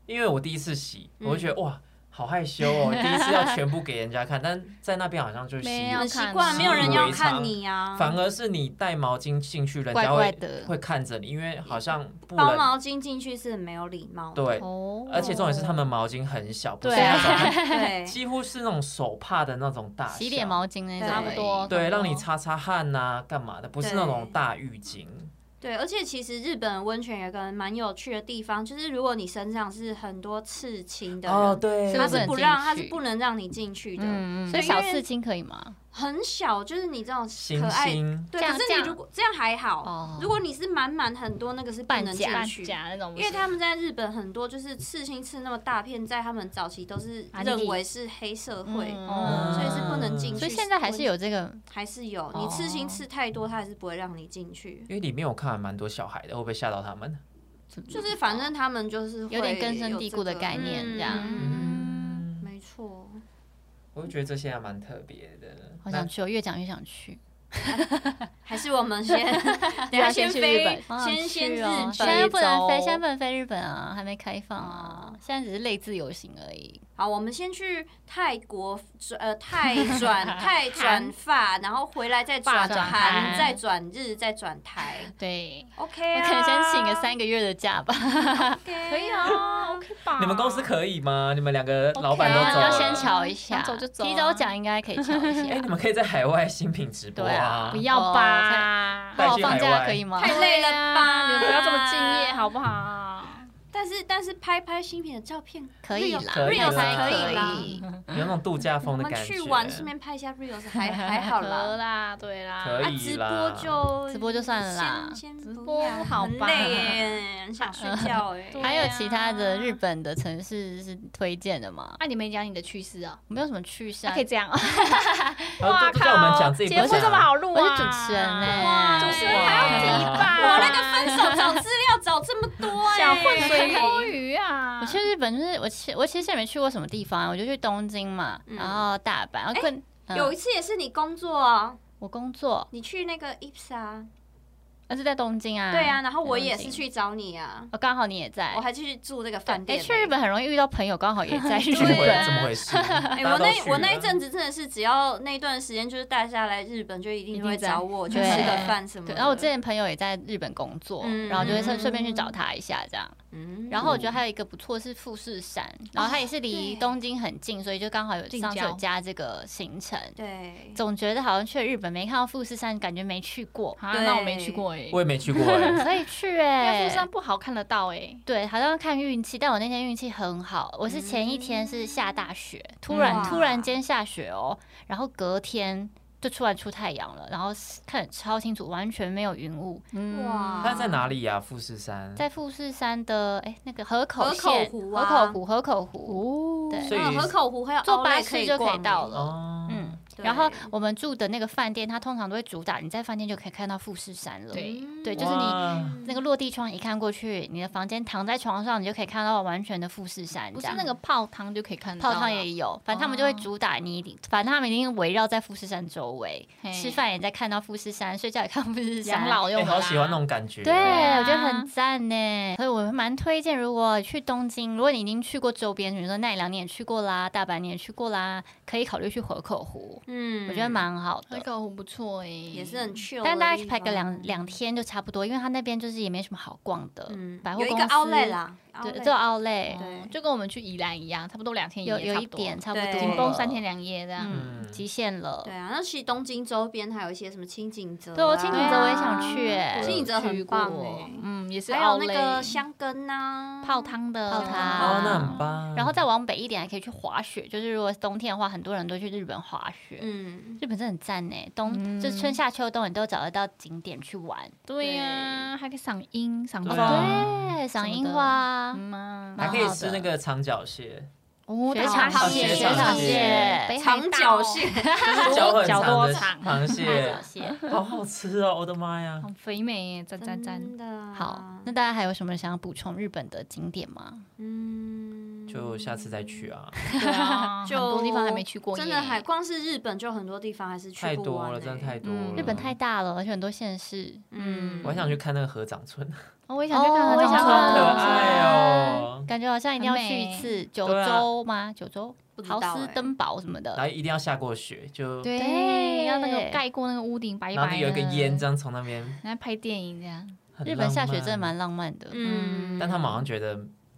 Speaker 2: 因为我第一次洗，我就觉得哇，好害羞哦，第一次要全部给人家看，但在那边好像就习
Speaker 3: 没
Speaker 2: 以
Speaker 3: 有
Speaker 4: 很
Speaker 2: 为
Speaker 4: 习惯，没有人要看你啊呀、
Speaker 2: 反而是你带毛巾进去，人
Speaker 1: 怪
Speaker 2: 家
Speaker 1: 怪
Speaker 2: 会
Speaker 1: 的
Speaker 2: 会看着你，因为好像不
Speaker 4: 包
Speaker 2: 能
Speaker 4: 毛巾进去是很没有礼貌的。
Speaker 2: 对，
Speaker 3: 哦
Speaker 2: 而且重点是他们毛巾很小，不是
Speaker 3: 对啊
Speaker 2: 那种
Speaker 4: 对
Speaker 2: 几乎是那种手帕的那种大小，
Speaker 1: 洗脸毛巾那种，
Speaker 4: 对差不
Speaker 3: 多
Speaker 2: 对，
Speaker 1: 哦
Speaker 2: 让你擦擦汗呐、干嘛的，不是那种
Speaker 4: 对
Speaker 2: 大浴巾。
Speaker 4: 对，而且其实日本温泉有个蛮有趣的地方，就是如果你身上是很多刺青的人，
Speaker 2: 哦，对，
Speaker 1: 是
Speaker 4: 它
Speaker 1: 不
Speaker 4: 是
Speaker 1: 能
Speaker 4: 不
Speaker 1: 进
Speaker 4: 让，它是
Speaker 1: 去
Speaker 4: 不能让你进去的。
Speaker 1: 嗯，嗯所以
Speaker 4: 对
Speaker 1: 小
Speaker 4: 因为
Speaker 1: 刺青可以吗？
Speaker 4: 很小，就是你这种可
Speaker 2: 星
Speaker 4: 爱。
Speaker 2: 星，
Speaker 4: 对，
Speaker 1: 这
Speaker 4: 可
Speaker 1: 样
Speaker 4: 是
Speaker 1: 这样
Speaker 4: 你如果这样还
Speaker 1: 哦
Speaker 4: 好，如果你是满满很多，那个是不
Speaker 1: 半
Speaker 4: 能
Speaker 1: 甲
Speaker 4: 进
Speaker 3: 半
Speaker 4: 去。
Speaker 3: 甲那种不
Speaker 4: 因
Speaker 3: 是，
Speaker 4: 为他们在日本很多就是刺青刺那么大片，在他们早期都是认为是黑社会，哦
Speaker 1: 嗯
Speaker 4: 所以是不能进去。
Speaker 1: 所以现在还是有哦这个
Speaker 4: 还是有，你刺青刺太多，他还是不会让你进去。
Speaker 2: 因为里面我看还蛮多小孩的，会不会吓到他们？
Speaker 4: 就是反正他们就是会
Speaker 1: 有点根深蒂固的概念
Speaker 4: 有这个
Speaker 1: 这样
Speaker 4: 嗯
Speaker 2: 嗯，
Speaker 4: 没错，
Speaker 2: 我就觉得这些还蛮特别的。
Speaker 1: 好想去，我越讲越想去。
Speaker 4: 还是我们 先等
Speaker 3: 对啊
Speaker 4: 下
Speaker 3: 先去日
Speaker 4: 飞
Speaker 3: 本，
Speaker 1: 好想
Speaker 4: 先先
Speaker 1: 去
Speaker 4: 日
Speaker 1: 哦
Speaker 4: 本，
Speaker 1: 现在不能飞，
Speaker 3: 非洲
Speaker 1: 现在不能飞日本啊，还没开放啊，现在只是类自由行而已。
Speaker 4: 好，我们先去泰国，呃，泰 转泰转法，然后回来再转
Speaker 3: 法转
Speaker 4: 韩，
Speaker 3: 韩
Speaker 4: 再转日，再转台。
Speaker 3: 对，
Speaker 4: OK
Speaker 1: 我
Speaker 4: 啊，
Speaker 1: 可能先请个三个月的假吧，
Speaker 4: ，OK
Speaker 3: 可以啊，OK 吧？
Speaker 2: 你们公司可以吗？你们两个老板都
Speaker 3: 啊
Speaker 2: 走
Speaker 1: 要
Speaker 2: 了，
Speaker 1: 先瞧一下，
Speaker 3: 想走就走啊
Speaker 1: 提早讲应该可以瞧一
Speaker 2: 哎，
Speaker 1: 下
Speaker 2: 你。们可以在海外新品直播
Speaker 1: 对
Speaker 2: 啊
Speaker 1: 啊
Speaker 3: 不。要吧？
Speaker 2: 带
Speaker 1: 那我
Speaker 2: 去
Speaker 1: 放
Speaker 2: 海
Speaker 1: 假
Speaker 2: 外
Speaker 1: 可以吗？
Speaker 4: 太累了
Speaker 3: 对
Speaker 4: 吧
Speaker 3: 啊你们不要这么敬业好不好？
Speaker 4: 但是但是拍拍新品的照片
Speaker 1: 可以啦
Speaker 2: Reels
Speaker 1: ，reels
Speaker 2: 还
Speaker 1: 还
Speaker 2: 可以
Speaker 4: 啦
Speaker 1: 以。
Speaker 2: 有那种度假
Speaker 4: 我
Speaker 2: 风的
Speaker 4: 们
Speaker 2: 感觉。
Speaker 4: 去玩，顺便拍一下 reels，还还好
Speaker 3: 可
Speaker 4: 啦。
Speaker 3: 啦，对啦，
Speaker 2: 可以
Speaker 4: 啊，直播就
Speaker 1: 直播就算了啦
Speaker 4: 先
Speaker 3: 直
Speaker 4: 先不
Speaker 3: 播
Speaker 4: 要，
Speaker 3: 好
Speaker 4: 很
Speaker 3: 吧
Speaker 4: 累耶，很想睡 觉哎。
Speaker 3: 对
Speaker 1: 还有其他的
Speaker 3: 对啊
Speaker 1: 日本的城市是推荐的吗？
Speaker 3: 啊，你没讲你的趣事啊，
Speaker 1: 没有什么去向
Speaker 3: 啊可以，这样 啊！
Speaker 2: 啊，哦就就叫我们讲自己不
Speaker 3: 节目
Speaker 2: 讲
Speaker 3: 这么好录啊！
Speaker 1: 我是主持人欸
Speaker 3: 哇
Speaker 1: 主
Speaker 4: 持人还
Speaker 2: 要提吧
Speaker 4: 我那个分手找资料找这么多哎，
Speaker 3: 小混水摸鱼啊！
Speaker 1: 我
Speaker 4: 嗯
Speaker 1: 去日本就是我其我其实也没去过什么地方啊，我就去东京嘛，
Speaker 4: 嗯
Speaker 1: 然后大阪，然后更、嗯
Speaker 4: 有一次也是你工作啊，
Speaker 1: 我工作，
Speaker 4: 你去那个 IPSA，
Speaker 1: 那是在东京啊。
Speaker 4: 对啊，然后我也
Speaker 1: 在
Speaker 4: 是
Speaker 1: 东京，
Speaker 4: 去找你啊，
Speaker 1: 哦，刚好你也在
Speaker 4: 我。还去住那个饭
Speaker 1: 哎、
Speaker 4: 店。
Speaker 1: 去日本很容易遇到朋友，刚好也 在日
Speaker 2: 怎么
Speaker 4: 啊
Speaker 1: 本
Speaker 2: 回，啊怎么回事？
Speaker 4: 哎、
Speaker 2: 哎
Speaker 4: 我那我那一阵子真的是，只要那一段时间就是带下来日本，就一定会找我去
Speaker 1: 对
Speaker 4: 吃个饭什么的。
Speaker 1: 对。然后我之前朋友也在日本工作，
Speaker 4: 嗯
Speaker 1: 然后就会顺顺便去找他一下这样。
Speaker 4: 嗯
Speaker 1: 然后我觉得还有一个不错是富士山，然后它也是离
Speaker 4: 哦对
Speaker 1: 东京很近，所以就刚好有
Speaker 3: 近
Speaker 1: 上次有
Speaker 3: 郊
Speaker 1: 加这个行程。
Speaker 4: 对，
Speaker 1: 总觉得好像去了日本没看到富士山，感觉没去过，
Speaker 3: 啊，
Speaker 4: 对
Speaker 3: 那我没去过哎，
Speaker 2: 我也没去过 哎。
Speaker 1: 可以去
Speaker 3: 因
Speaker 1: 哎、
Speaker 3: 为富士山不好看得到哎，
Speaker 1: 对，好像要看运气，但我那天运气很好，我是前一天是下大雪，突
Speaker 3: 嗯
Speaker 1: 然
Speaker 4: 哇
Speaker 1: 突然间下雪哦，然后隔天就突然出太阳了，然后是看得超清楚，完全没有云雾。
Speaker 3: 嗯
Speaker 4: 哇
Speaker 2: 它在哪里呀、富士山。
Speaker 1: 在富士山的哎、那个河口
Speaker 4: 河口
Speaker 1: 县、
Speaker 4: 湖
Speaker 1: 河
Speaker 4: 啊
Speaker 1: 口湖、河口湖，
Speaker 3: 哦，
Speaker 1: 对
Speaker 2: 所以
Speaker 4: 嗯河口湖还有
Speaker 1: 坐
Speaker 4: 奥莱
Speaker 1: 巴士就可以
Speaker 4: 逛
Speaker 1: 到
Speaker 4: 欸
Speaker 1: 了。
Speaker 2: 哦，
Speaker 1: 嗯，
Speaker 4: 对
Speaker 1: 然后我们住的那个饭店，它通常都会主打你在饭店就可以看到富士山了。
Speaker 3: 对
Speaker 1: 对
Speaker 4: 嗯
Speaker 1: 就是你
Speaker 2: 哇
Speaker 1: 那个落地窗一看过去，你的房间躺在床上，你就可以看到完全的富士山
Speaker 3: 不
Speaker 1: 这
Speaker 3: 是
Speaker 1: 样。
Speaker 3: 那个泡汤就可以看到
Speaker 1: 泡
Speaker 3: 啊嗯了，
Speaker 1: 汤也有，反正他们就会主打你一定，反正他们一定围绕在富士山周围，
Speaker 3: 嘿
Speaker 1: 吃饭也在看到富士山，睡觉也看富士山。
Speaker 3: 养老
Speaker 2: 哎、
Speaker 3: 用的啦。
Speaker 2: 好喜欢那种感觉。哦
Speaker 1: 对，
Speaker 3: 啊
Speaker 1: 我觉得很赞呢，所以我蛮推荐，如果去东京，如果你已经去过周边，比如说奈良你也去过啦，大阪你也去过啦，可以考虑去河口湖，
Speaker 4: 嗯
Speaker 1: 我觉得蛮好
Speaker 3: 那
Speaker 1: 的。
Speaker 3: 个湖不错哎，也
Speaker 4: 也是很 chill 的地方。
Speaker 1: 但大概排个两两天就差不多，因为它那边就是也没什么好逛的，
Speaker 4: 嗯，
Speaker 1: 百货
Speaker 4: 有一
Speaker 1: 公
Speaker 4: 个
Speaker 1: 司
Speaker 4: outlet 啦，
Speaker 1: 对，
Speaker 4: outlet
Speaker 1: 只有奥莱，
Speaker 4: 对
Speaker 3: 就跟我们去宜兰一样，差不多两天一
Speaker 1: 有
Speaker 3: 夜，
Speaker 1: 有
Speaker 3: 差
Speaker 1: 一
Speaker 3: 不多
Speaker 1: 点差不多，
Speaker 4: 对
Speaker 3: 紧绷三天两夜这样。
Speaker 1: 嗯，极限了。
Speaker 4: 对啊，那其实东京周边还有一些什么清景泽啊，
Speaker 1: 对，我
Speaker 2: 嗯
Speaker 1: 清景泽我也想去、
Speaker 4: 对啊
Speaker 1: 欸，
Speaker 4: 清景泽很棒哎，
Speaker 3: 嗯，也是
Speaker 4: 还有那
Speaker 3: Outlet
Speaker 4: 个香根啊呐，
Speaker 3: 泡汤的
Speaker 1: 嗯泡
Speaker 2: 哦，
Speaker 1: 汤
Speaker 2: 那很棒。
Speaker 1: 然后再往北一点还可以去滑雪，就是如果是冬天的话，很多人都去日本滑雪。
Speaker 4: 嗯，
Speaker 1: 日本真的很赞呢，冬、
Speaker 3: 嗯
Speaker 1: 就是春夏秋冬你都找得到景点去玩，
Speaker 3: 对呀，还可以赏樱、赏
Speaker 2: 对
Speaker 3: 花，
Speaker 2: 啊
Speaker 1: 对，赏
Speaker 3: 什么
Speaker 1: 樱
Speaker 3: 的
Speaker 1: 花、
Speaker 3: 嗯啊
Speaker 2: 还
Speaker 1: 蛮
Speaker 2: 可
Speaker 1: 好
Speaker 2: 以
Speaker 1: 的
Speaker 2: 吃那个长脚蟹，
Speaker 3: 哦
Speaker 1: 雪
Speaker 3: 大
Speaker 1: 场
Speaker 3: 螃
Speaker 1: 蟹、
Speaker 2: 雪
Speaker 1: 雪
Speaker 2: 场
Speaker 1: 场
Speaker 2: 蟹
Speaker 1: 蟹、
Speaker 3: 北海
Speaker 4: 长
Speaker 3: 道
Speaker 4: 脚 蟹，
Speaker 2: 就是脚很长
Speaker 3: 脚多
Speaker 2: 的
Speaker 3: 长
Speaker 2: 螃蟹
Speaker 1: 小，蟹。
Speaker 2: 好好吃哦！我的妈呀！
Speaker 3: 很肥美耶，赞赞赞！
Speaker 4: 真的
Speaker 1: 好，那大家还有什么想要补充日本的景点吗？
Speaker 4: 嗯，
Speaker 2: 就下次再去啊，
Speaker 1: 嗯
Speaker 3: 对啊
Speaker 4: 就
Speaker 3: 很多地方还没去过耶，
Speaker 4: 真的还光是日本就很多地方还是去
Speaker 2: 太
Speaker 4: 不
Speaker 2: 多
Speaker 4: 完
Speaker 2: 了，
Speaker 4: 欸
Speaker 2: 真的太多了。
Speaker 3: 嗯
Speaker 1: 日本太大了，而且很多县市。
Speaker 4: 嗯
Speaker 2: 我还想去看那个河长村，
Speaker 3: 哦，我也想去看
Speaker 1: 哦
Speaker 3: 河
Speaker 1: 我也
Speaker 3: 童
Speaker 1: 想
Speaker 3: 村，
Speaker 2: 好
Speaker 1: 看
Speaker 2: 可
Speaker 1: 河童
Speaker 2: 爱哦！
Speaker 1: 感觉好像一定要去一
Speaker 3: 很美
Speaker 1: 次九
Speaker 2: 对啊
Speaker 1: 州吗？九州
Speaker 4: 不、知道
Speaker 1: 豪斯
Speaker 4: 欸
Speaker 1: 登堡什么的
Speaker 2: 然，后一定要下过雪，就
Speaker 1: 对
Speaker 3: 对，要那个盖过那个屋顶，白
Speaker 2: 然后
Speaker 3: 白的，
Speaker 2: 有一个烟，这样从那边
Speaker 3: 然后拍电影这样，
Speaker 2: 很
Speaker 1: 日本下雪
Speaker 2: 浪漫
Speaker 1: 真的，蛮浪漫的。
Speaker 4: 嗯，
Speaker 2: 但他们好像觉得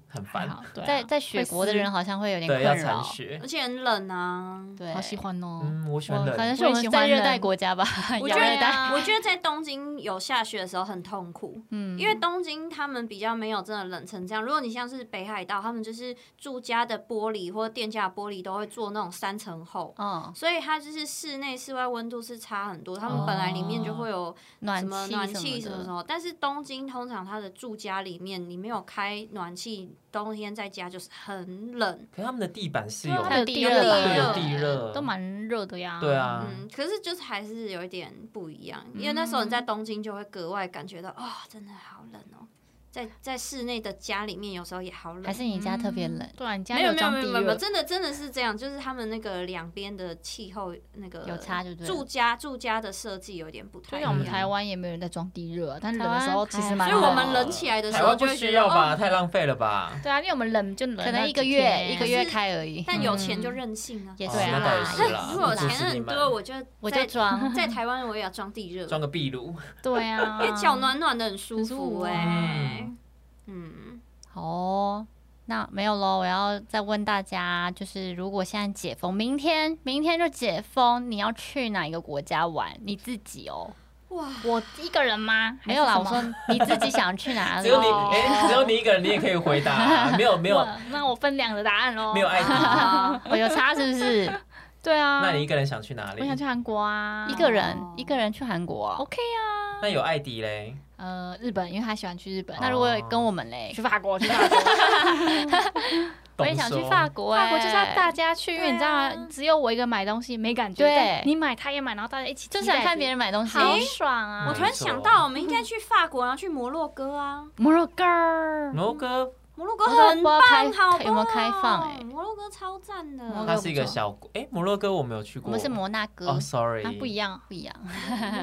Speaker 2: 很
Speaker 3: 还
Speaker 2: 烦，
Speaker 3: 好，对啊，
Speaker 1: 在在雪国的
Speaker 3: 会湿
Speaker 1: 人好像会有点
Speaker 2: 对，要
Speaker 1: 困
Speaker 2: 铲
Speaker 1: 扰。
Speaker 2: 雪
Speaker 4: 而。且很冷啊，
Speaker 1: 对，
Speaker 3: 好喜欢哦，
Speaker 2: 嗯，我喜欢
Speaker 1: 我
Speaker 2: 冷，
Speaker 1: 可能是
Speaker 3: 我
Speaker 1: 我
Speaker 3: 也喜
Speaker 1: 们
Speaker 3: 欢
Speaker 1: 在热
Speaker 3: 冷
Speaker 1: 带国家吧，
Speaker 4: 我
Speaker 1: 亚
Speaker 4: 觉
Speaker 1: 热带。
Speaker 4: 得，我觉得在东京有下雪的时候很痛苦，
Speaker 3: 嗯
Speaker 4: 因为东京他们比较没有真的冷成这样。如果你像是北海道，他们就是住家的玻璃或店家的玻璃都会做那种三层厚。
Speaker 1: 嗯，
Speaker 4: 所以它就是室内室外温度是差很多，他们本来里面就会有什
Speaker 1: 暖
Speaker 4: 么
Speaker 1: 气
Speaker 4: 暖气什么
Speaker 1: 的
Speaker 4: 什么，但是东京通常它的住家里面你没有开暖气，冬天在家就是很冷。
Speaker 2: 可是他们的地板是
Speaker 3: 对啊
Speaker 2: 有
Speaker 1: 还有地热
Speaker 4: 吧
Speaker 2: 对有
Speaker 4: 地
Speaker 2: 地热，
Speaker 3: 都蛮热的呀，
Speaker 2: 对啊
Speaker 4: 嗯，可是就是还是有一点不一样，因为那时候你在东京就会格外感觉到，哦，真的好冷哦，在在室内的家里面有时候也好冷，
Speaker 1: 还是你家特别冷
Speaker 3: 嗯，对啊，你家
Speaker 4: 没有没有
Speaker 3: 装
Speaker 4: 没
Speaker 3: 地
Speaker 4: 有没有没有，
Speaker 3: 热，
Speaker 4: 真的真的是这样，就是他们那个两边的气候那个
Speaker 1: 有差就对了
Speaker 4: 住家住家的设计有点不
Speaker 3: 就
Speaker 4: 太
Speaker 3: 啊
Speaker 4: 一
Speaker 3: 像我
Speaker 4: 样
Speaker 3: 们。台湾也没有人在装地热啊，但冷
Speaker 1: 台
Speaker 3: 的
Speaker 1: 湾
Speaker 3: 时候其实
Speaker 1: 还
Speaker 3: 蛮
Speaker 4: 所
Speaker 3: 冷
Speaker 4: 以
Speaker 3: 的，
Speaker 4: 我们冷起来的时
Speaker 2: 台
Speaker 4: 候
Speaker 2: 湾
Speaker 4: 就
Speaker 2: 不
Speaker 4: 会觉
Speaker 2: 需
Speaker 4: 得
Speaker 2: 要
Speaker 4: 哦，
Speaker 2: 吧，太浪费了吧。
Speaker 3: 对啊，因为我们冷就冷，
Speaker 1: 可能一个月一个月
Speaker 4: 可是
Speaker 1: 开而已。嗯
Speaker 4: 但有钱就任性啊。
Speaker 1: 也
Speaker 2: 哦
Speaker 1: 是
Speaker 2: 那倒也
Speaker 1: 啦，
Speaker 2: 是啦，
Speaker 4: 如果有
Speaker 2: 不
Speaker 4: 钱
Speaker 2: 支持你
Speaker 4: 很
Speaker 2: 们
Speaker 4: 多，我就
Speaker 1: 我就
Speaker 4: 在
Speaker 1: 装。
Speaker 4: 在台湾我也要装地热，
Speaker 2: 装个壁炉，
Speaker 3: 对 啊，
Speaker 4: 因为脚暖暖的很舒
Speaker 3: 很舒
Speaker 4: 服
Speaker 3: 服啊
Speaker 4: 哎。嗯，
Speaker 1: 好哦，那没有喽。我要再问大家，就是如果现在解封，明天明天就解封，你要去哪一个国家玩？你自己哦，
Speaker 4: 哇，
Speaker 3: 我一个人吗？
Speaker 1: 没有啦，我
Speaker 3: 还是
Speaker 1: 说
Speaker 3: 什么
Speaker 1: 你自己想去哪
Speaker 2: 只
Speaker 1: 里？
Speaker 2: 有你，哎，只有你一个人，你也可以回答啊，没有没有，
Speaker 3: 我那我分两个答案喽，
Speaker 2: 没有 爱迪，
Speaker 4: 啊
Speaker 1: 我有差是不是？
Speaker 3: 对啊，
Speaker 2: 那你一个人想去哪里
Speaker 3: 我？想去韩国啊，
Speaker 1: 一个人一个人去韩国啊、
Speaker 3: OK 啊，
Speaker 2: 那有艾迪嘞，
Speaker 3: 呃，日本，因为他喜欢去日本，
Speaker 1: 那如果跟我们嘞，
Speaker 3: 哦
Speaker 2: 哦
Speaker 3: 去法国，去法国，
Speaker 1: 我
Speaker 2: 懂
Speaker 1: 也想去
Speaker 2: 说
Speaker 1: 法国、哎
Speaker 3: 法国就是要大家去，因为你知道吗
Speaker 4: 对啊？
Speaker 3: 只有我一个买东西没感觉，
Speaker 1: 对
Speaker 3: 但你买他也买，然后大家一起
Speaker 1: 就
Speaker 3: 期
Speaker 1: 想
Speaker 3: 待
Speaker 1: 看
Speaker 3: 着
Speaker 1: 别人买东西。
Speaker 2: 哦
Speaker 3: 好爽啊！
Speaker 4: 我突然想到，我们应该去法国，然后去摩洛哥
Speaker 2: 嗯
Speaker 4: 啊！
Speaker 3: 摩洛哥儿，
Speaker 2: 摩哥，
Speaker 4: 摩洛哥
Speaker 1: 我都不
Speaker 4: 很
Speaker 1: 知道
Speaker 4: 棒，
Speaker 1: 开
Speaker 4: 好不好
Speaker 1: 有没有开放欸
Speaker 4: 摩洛哥超赞的，
Speaker 3: 摩洛
Speaker 2: 它
Speaker 3: 哥
Speaker 2: 是 一个小国，哎，摩洛哥我没有去过，
Speaker 1: 我们是摩纳哥，
Speaker 2: 哦，sorry，
Speaker 3: 啊不一
Speaker 2: 样，
Speaker 3: 样，
Speaker 1: 不一样。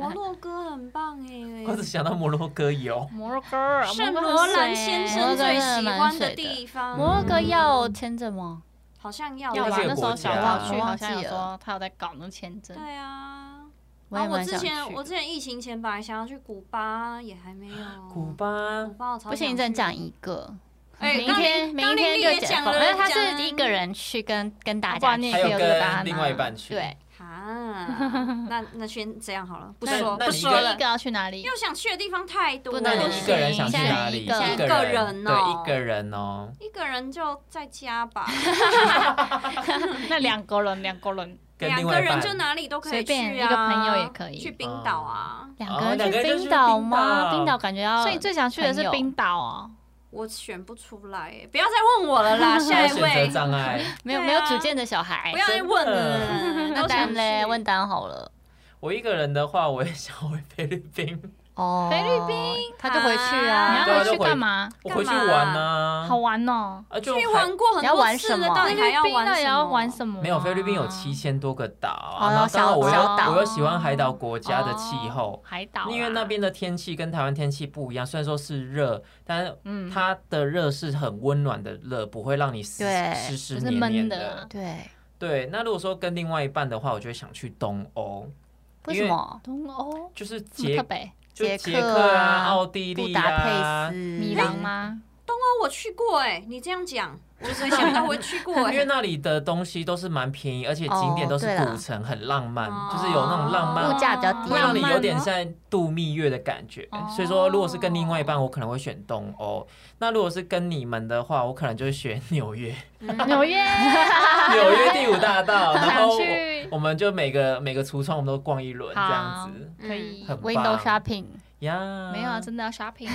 Speaker 4: 摩洛哥很棒 哎
Speaker 2: 我只想到摩洛哥有，
Speaker 3: 摩洛哥儿，
Speaker 4: 圣
Speaker 3: 啊摩洛
Speaker 4: 罗
Speaker 3: 哥很
Speaker 4: 兰
Speaker 3: 水
Speaker 4: 先
Speaker 1: 摩洛哥
Speaker 4: 生最
Speaker 1: 真的
Speaker 4: 喜
Speaker 1: 蛮
Speaker 4: 欢的
Speaker 1: 水的
Speaker 4: 地
Speaker 2: 哦
Speaker 4: 方，
Speaker 1: 摩洛哥要签证吗？
Speaker 4: 好像要
Speaker 3: 要
Speaker 2: 它
Speaker 3: 吧
Speaker 2: 是？一个
Speaker 3: 那时
Speaker 2: 国
Speaker 3: 候小
Speaker 2: 家
Speaker 3: 朋友去，
Speaker 1: 我
Speaker 3: 好
Speaker 1: 忘记
Speaker 3: 像有
Speaker 1: 了
Speaker 3: 说他有在搞那个签证
Speaker 4: 对，啊，
Speaker 1: 哦我也
Speaker 4: 啊我
Speaker 1: 蛮
Speaker 4: 之
Speaker 1: 想去。
Speaker 4: 前我之前疫情前本来想要去古巴，也还 没有。
Speaker 2: 古巴
Speaker 4: 古，巴我超
Speaker 1: 不行，
Speaker 4: 想
Speaker 1: 你只能
Speaker 4: 去
Speaker 1: 讲一个。
Speaker 4: 哎
Speaker 1: 明
Speaker 4: 刚
Speaker 1: 天
Speaker 4: 刚
Speaker 1: 明
Speaker 4: 丽
Speaker 1: 天
Speaker 4: 丽
Speaker 1: 就
Speaker 4: 也
Speaker 1: 解
Speaker 4: 讲
Speaker 1: 封，
Speaker 4: 了
Speaker 1: 没有，他
Speaker 4: 讲
Speaker 1: 是一个人去跟跟大
Speaker 3: 不
Speaker 1: 家
Speaker 3: 然
Speaker 1: 去
Speaker 3: 你也
Speaker 2: 还
Speaker 3: 可以
Speaker 2: 有
Speaker 3: 有这个答案啊
Speaker 2: 跟另外一半去，
Speaker 1: 对，
Speaker 4: 哈，嗯，那那先这样好了，不
Speaker 2: 那
Speaker 4: 说
Speaker 2: 那
Speaker 4: 不
Speaker 2: 你一
Speaker 4: 说
Speaker 2: 个
Speaker 3: 第一
Speaker 4: 了
Speaker 3: 个。要去哪里？
Speaker 4: 又想去的地方太多了，
Speaker 1: 不
Speaker 2: 那
Speaker 1: 能
Speaker 2: 你一个人想去哪里？
Speaker 1: 现在一
Speaker 2: 一
Speaker 1: 个
Speaker 2: 个
Speaker 4: 人哦
Speaker 2: 对，一个人哦。
Speaker 4: 一个人就在家吧，
Speaker 3: 那两个人，两个 人，
Speaker 2: 跟
Speaker 4: 两
Speaker 2: 另外
Speaker 4: 个
Speaker 2: 一半
Speaker 4: 人就哪里都可以
Speaker 3: 随便
Speaker 4: 去啊，
Speaker 3: 一个朋友也可以
Speaker 4: 去冰岛啊。
Speaker 1: 两
Speaker 2: 哦
Speaker 1: 个人
Speaker 2: 两个
Speaker 1: 去
Speaker 2: 人就
Speaker 1: 冰
Speaker 2: 去
Speaker 1: 岛
Speaker 2: 冰
Speaker 1: 吗？
Speaker 2: 岛
Speaker 1: 冰岛感觉要，
Speaker 3: 所以你最想去的是冰岛哦。
Speaker 4: 我选不出来耶，不要再问我 了啦，下
Speaker 2: 还有
Speaker 4: 一
Speaker 2: 选
Speaker 4: 位
Speaker 2: 择，障碍。
Speaker 1: 没有
Speaker 4: 对啊
Speaker 1: 没有主见的小孩
Speaker 4: 不。要再问了，
Speaker 2: 真
Speaker 1: 那
Speaker 4: 都想
Speaker 1: 丹嘞，
Speaker 4: 去
Speaker 1: 问丹好了。
Speaker 2: 我一个人的话，我也想回菲律宾，
Speaker 1: 哦，
Speaker 3: 菲律宾，
Speaker 1: 他就回去
Speaker 3: 你
Speaker 1: 啊
Speaker 2: 对啊
Speaker 3: 要回
Speaker 2: 就
Speaker 3: 去
Speaker 2: 回
Speaker 3: 干嘛？
Speaker 2: 我回去玩呢、啊。
Speaker 3: 好玩哦。
Speaker 2: 啊，就
Speaker 4: 去
Speaker 2: 还
Speaker 4: 玩过很
Speaker 1: 你要
Speaker 4: 多
Speaker 1: 玩
Speaker 4: 次
Speaker 1: 什
Speaker 4: 了，
Speaker 1: 么
Speaker 4: 到底还要
Speaker 3: 菲律宾
Speaker 4: 玩
Speaker 3: 到底要玩
Speaker 4: 么？哦
Speaker 3: 什么啊？
Speaker 2: 没有，菲律宾有七千多个岛啊，
Speaker 1: 哦
Speaker 2: 然后刚好我又
Speaker 1: 小岛
Speaker 2: 我又喜欢海岛国家的气候
Speaker 3: 哦，海岛啊，
Speaker 2: 因为那边的天气跟台湾天气不一样，虽然说是热，但是
Speaker 3: 嗯，
Speaker 2: 它的热是很温暖的热，不会让你湿
Speaker 1: 对
Speaker 2: 湿湿
Speaker 3: 不是
Speaker 2: 黏黏
Speaker 3: 闷的啊
Speaker 1: 对，
Speaker 2: 对，那如果说跟另外一半的话，我就会想去东欧，
Speaker 1: 为什么？
Speaker 3: 东欧
Speaker 2: 就是
Speaker 3: 什么
Speaker 2: 捷
Speaker 3: 特北
Speaker 2: 就
Speaker 1: 捷克
Speaker 2: 捷克
Speaker 1: 啊
Speaker 2: 啊、奥地
Speaker 1: 布
Speaker 2: 利
Speaker 1: 达
Speaker 2: 啊
Speaker 1: 佩斯、，
Speaker 3: 米 兰？吗？
Speaker 4: 哦，我去过哎，你这样讲，我只想到我去过
Speaker 2: 因为
Speaker 4: 哎。
Speaker 2: 那里的东西都是蛮便宜，而且景点都是
Speaker 1: 哦对啦
Speaker 2: 古城，很浪漫，
Speaker 4: 哦
Speaker 2: 就是有那种浪漫
Speaker 1: 物，价比较低
Speaker 2: 会让你有点
Speaker 4: 浪
Speaker 2: 像度蜜月的感觉
Speaker 3: 哦。
Speaker 2: 所以说，如果是跟另外一半，我可能会选东欧；那如果是跟你们的话，我可能就是选 纽约，
Speaker 4: 嗯
Speaker 3: 纽 约，
Speaker 2: 纽约第五大道，然
Speaker 3: 想
Speaker 2: 后我
Speaker 3: 去，
Speaker 2: 我们就每个每个橱窗我们都逛一轮这样子
Speaker 3: 可以
Speaker 2: 很棒
Speaker 1: Window shopping
Speaker 2: 呀。
Speaker 3: 嗯没有啊，真的要 shopping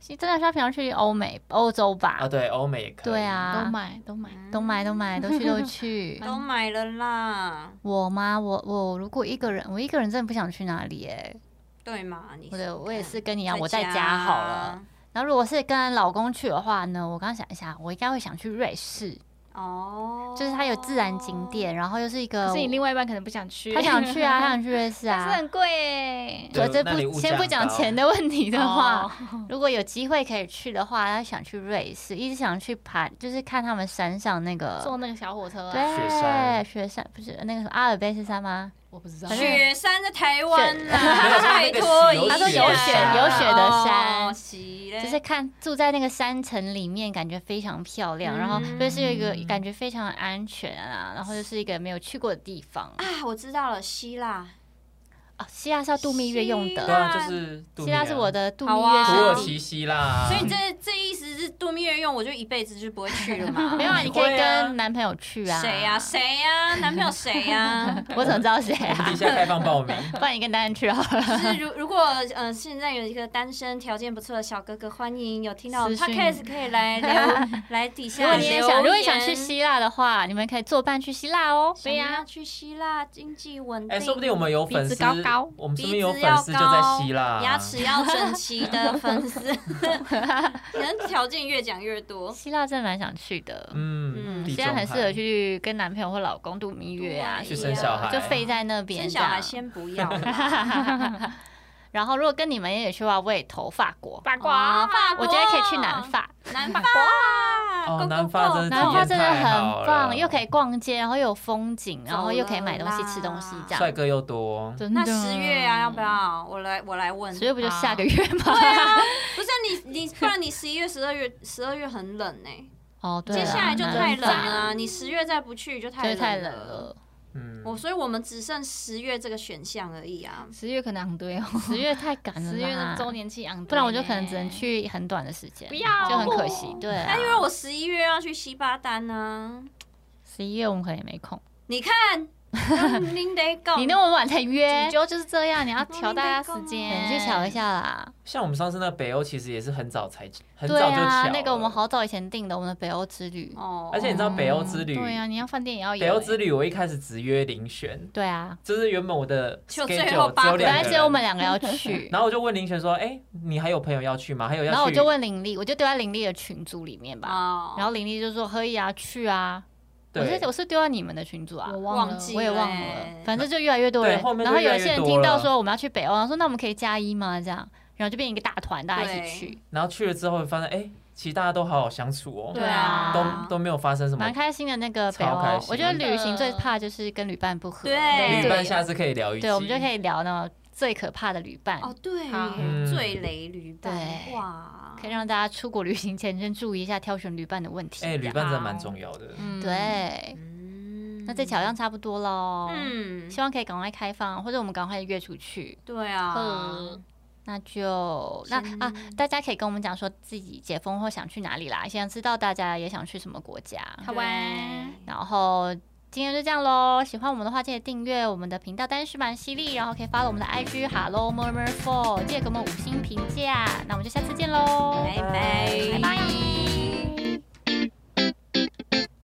Speaker 1: 真的 shopping 要去欧美、欧洲
Speaker 2: 啊，
Speaker 1: 吧？
Speaker 2: 对，欧美也可以。
Speaker 1: 对，
Speaker 3: 都
Speaker 1: 啊，
Speaker 3: 买都买，
Speaker 1: 都买都买，都去 都去。
Speaker 4: 都买了啦，
Speaker 1: 我吗？我我如果一个人，我一个人真的不想去哪里哎、
Speaker 4: 对嘛？你
Speaker 1: 我
Speaker 4: 想
Speaker 1: 的我也
Speaker 4: 看
Speaker 1: 是跟你一样，我在家好了。。然后如果是跟老公去的话呢，我刚想一下，我应该会想去瑞士，
Speaker 4: 哦，
Speaker 1: 就是它有自然景点，然后又是一个
Speaker 3: 哦可是你另外一半可能不想去，
Speaker 1: 他想 去啊，他想去瑞士
Speaker 3: 但是
Speaker 1: 啊。
Speaker 3: 很贵 耶。
Speaker 1: 对，这
Speaker 2: 那你
Speaker 1: 不
Speaker 2: 物
Speaker 1: 先
Speaker 2: 价
Speaker 1: 不
Speaker 2: 很
Speaker 1: 讲
Speaker 2: 高
Speaker 1: 钱的问题的话，
Speaker 3: 哦，
Speaker 4: 嗯
Speaker 1: 如果有机会可以去的话，他想去瑞士，一直想去爬，就是看他们山上那个
Speaker 3: 坐那个小火车啊，
Speaker 1: 对
Speaker 2: 雪山
Speaker 1: 雪山不是那个什么阿尔卑斯山吗？
Speaker 3: 我不知道
Speaker 1: 反正
Speaker 4: 雪山在台湾啦，
Speaker 2: 没
Speaker 4: 拜
Speaker 2: 有就是那个
Speaker 4: 托一
Speaker 2: 有
Speaker 4: 下，
Speaker 2: 他说有雪有
Speaker 1: 雪的山
Speaker 4: 哦喜嘞
Speaker 1: 就是看住在那个山城里面，感觉非常漂亮，然后
Speaker 4: 嗯
Speaker 1: 就是有一个感觉非常安全啊，然后就是一个没有去过的地方
Speaker 4: 啊，我知道了，希腊，
Speaker 1: 啊。希腊是要度蜜月用
Speaker 2: 对
Speaker 1: 的，
Speaker 2: 啊，就是度
Speaker 1: 希
Speaker 2: 蜜啊
Speaker 1: 腊是我的度蜜
Speaker 4: 好
Speaker 1: 月
Speaker 4: 啊
Speaker 2: 土
Speaker 1: 圣
Speaker 2: 耳
Speaker 1: 地。
Speaker 2: 其、希腊啊，
Speaker 4: 所以这这意思是度蜜月用，我就一辈子就不会去了嘛？
Speaker 1: 没有啊，你可以
Speaker 2: 会啊
Speaker 1: 跟男朋友去啊。
Speaker 4: 谁呀？？谁呀？男朋友谁 呀？
Speaker 1: 我怎么知道谁
Speaker 2: 我们
Speaker 1: 啊
Speaker 2: 底？下开放报名。
Speaker 1: 不然你跟丹丹去好了。
Speaker 4: 是如如果呃现在有一个单身条件不错的小哥哥，欢迎有听到
Speaker 3: 私讯
Speaker 4: podcast 可以来留来底
Speaker 1: 如
Speaker 4: 下
Speaker 1: 果
Speaker 4: 留
Speaker 1: 你
Speaker 4: 言。
Speaker 1: 也想，如果你想去希腊的话，你们可以作伴去希腊哦。
Speaker 4: 想要去希腊，经济稳定，
Speaker 2: 哎，说不定我们有粉
Speaker 3: 鼻
Speaker 2: 丝
Speaker 3: 子高高，
Speaker 2: 我们身边有粉丝就在希腊，
Speaker 4: 牙齿要整齐的粉 丝，人条件越讲越多。
Speaker 1: 希腊真的蛮想去的，
Speaker 2: 嗯
Speaker 4: 嗯，
Speaker 2: 地
Speaker 1: 现在
Speaker 2: 中
Speaker 1: 很适合
Speaker 2: 海
Speaker 1: 去跟男朋友或老公度蜜月啊，
Speaker 4: 对
Speaker 2: 去生小孩
Speaker 1: 就废在那边
Speaker 4: 生
Speaker 1: 这
Speaker 4: 小孩
Speaker 1: 样。
Speaker 4: 先不要 啦，
Speaker 1: 然后如果跟你们也去的话，我也投法国，
Speaker 3: 八
Speaker 4: 哇，
Speaker 3: 卦，
Speaker 4: 法国，
Speaker 1: 我觉得可以去南，法，
Speaker 4: 南法，
Speaker 2: 哦
Speaker 4: Go, go,
Speaker 2: 南法
Speaker 4: go
Speaker 2: 真的
Speaker 1: 南法真的
Speaker 2: 体验太好
Speaker 1: 很
Speaker 2: 了
Speaker 1: 棒，又可以逛街，然后又有风景，
Speaker 4: 走
Speaker 1: 然后又可以买东西、
Speaker 4: 了啦
Speaker 1: 吃东西这
Speaker 2: 帅
Speaker 1: 样。
Speaker 2: 哥又多，
Speaker 3: 真的
Speaker 4: 那十月啊，要不？要？我来，我来问。
Speaker 1: 十月不就下个月吗？
Speaker 4: 对啊，不是你，你不然你十一月、十二月、十二月很冷呢，
Speaker 1: 哦，对啦，
Speaker 4: 接下来就太
Speaker 1: 南
Speaker 4: 冷了
Speaker 1: 法
Speaker 4: 啊。你十月再不去就太
Speaker 1: 就太
Speaker 4: 冷哦
Speaker 1: 冷。了。
Speaker 2: 嗯，
Speaker 4: 我所以我们只剩十月这个选项而已啊。
Speaker 3: 十月可能很对哦，
Speaker 1: 十月太赶了啦，
Speaker 3: 十月的周年庆，
Speaker 4: 啊
Speaker 1: 不然我就可能只能去很短的时间，
Speaker 3: 不要
Speaker 1: 就很可惜。对啊，
Speaker 4: 那因为我十一月要去西巴丹啊呢、
Speaker 1: 十一月我们可能也没空，
Speaker 4: 你看，嗯您得搞，
Speaker 1: 你那么晚才约，
Speaker 3: 主就就是这样，你要调大家时间，
Speaker 1: 你去瞧一。下啦。
Speaker 2: 像我们上次那北欧其实也是很早才，很
Speaker 1: 对
Speaker 2: 早就
Speaker 1: 啊，
Speaker 2: 巧
Speaker 1: 那个我们
Speaker 2: 了，
Speaker 1: 好早以前订的我们的北欧之旅。
Speaker 4: 哦，
Speaker 2: 而且你知道北欧之旅，
Speaker 3: 对啊，你要饭店也要有
Speaker 2: 北欧
Speaker 1: 欸
Speaker 2: 之旅我一开始只约林璇，
Speaker 1: 对啊，
Speaker 2: 就是原本 我的
Speaker 4: 就
Speaker 2: schedule
Speaker 4: 最
Speaker 2: 只
Speaker 4: 后
Speaker 2: 有
Speaker 4: 八个
Speaker 1: 本
Speaker 2: 两个
Speaker 1: 来
Speaker 2: 人，
Speaker 1: 只有我们两个要 去，
Speaker 2: 啊然后我就问林璇说：“哎、你还有朋友要去吗？还有要去？”
Speaker 1: 然后我就问林丽，我就丢在林丽的群组里面吧。
Speaker 4: 哦，
Speaker 1: 然后林丽就说：“可以啊，去啊。”我
Speaker 2: 对
Speaker 1: 是我是丢在你们的群组啊
Speaker 3: 我，
Speaker 4: 忘
Speaker 3: 忘了
Speaker 4: 记欸
Speaker 1: 我也忘了，欸
Speaker 4: 嘞
Speaker 1: 反正就越来越多人
Speaker 2: 对后。面
Speaker 1: 然
Speaker 2: 就
Speaker 1: 后
Speaker 2: 越
Speaker 1: 有
Speaker 2: 来
Speaker 1: 一
Speaker 2: 越
Speaker 1: 些人
Speaker 2: 多
Speaker 1: 听到
Speaker 2: 了
Speaker 1: 说我们要去北欧，然后说那我们可以加一吗？这样，然后就变成一个大团，大家一起
Speaker 4: 对
Speaker 1: 去。
Speaker 2: 然后去了之后发现，哎、其实大家都好好相处哦、
Speaker 4: 对
Speaker 1: 啊
Speaker 2: 都都没有发生什么
Speaker 1: 蛮。开心的那个北
Speaker 2: 超开
Speaker 1: 欧，
Speaker 2: 心
Speaker 1: 我觉得旅行
Speaker 3: 真
Speaker 1: 最
Speaker 3: 的
Speaker 1: 怕就是跟旅伴不合，
Speaker 4: 对
Speaker 2: 旅伴
Speaker 1: 对
Speaker 2: 下次可以聊一集，
Speaker 1: 对，我们就可以聊那种最可怕的旅伴，
Speaker 4: 哦，对耶
Speaker 3: 好，
Speaker 4: 最雷驴伴
Speaker 1: 对
Speaker 4: 哇，
Speaker 1: 可以让大家出国旅行前先注意一下挑选旅伴的问题。
Speaker 2: 哎、
Speaker 1: 这样
Speaker 2: 旅伴真的蛮重要的。
Speaker 3: 嗯，
Speaker 1: 对。
Speaker 4: 嗯
Speaker 1: 那这期好像差不多喽。
Speaker 4: 嗯，
Speaker 1: 希望可以赶快开放，或者我们赶快约出去。
Speaker 4: 对啊
Speaker 1: 嗯，那就那
Speaker 4: 先
Speaker 1: 啊，大家可以跟我们讲说自己解封后想去哪里啦，想知道大家也想去什么国家。
Speaker 4: 好玩，
Speaker 1: 然后今天就这样喽，喜欢我们的话记得订阅我们的频道，但是蛮犀利，然后可以发了我们的 IG Hello Murmur Four，记得给我们五星评价。那我们就下次见喽，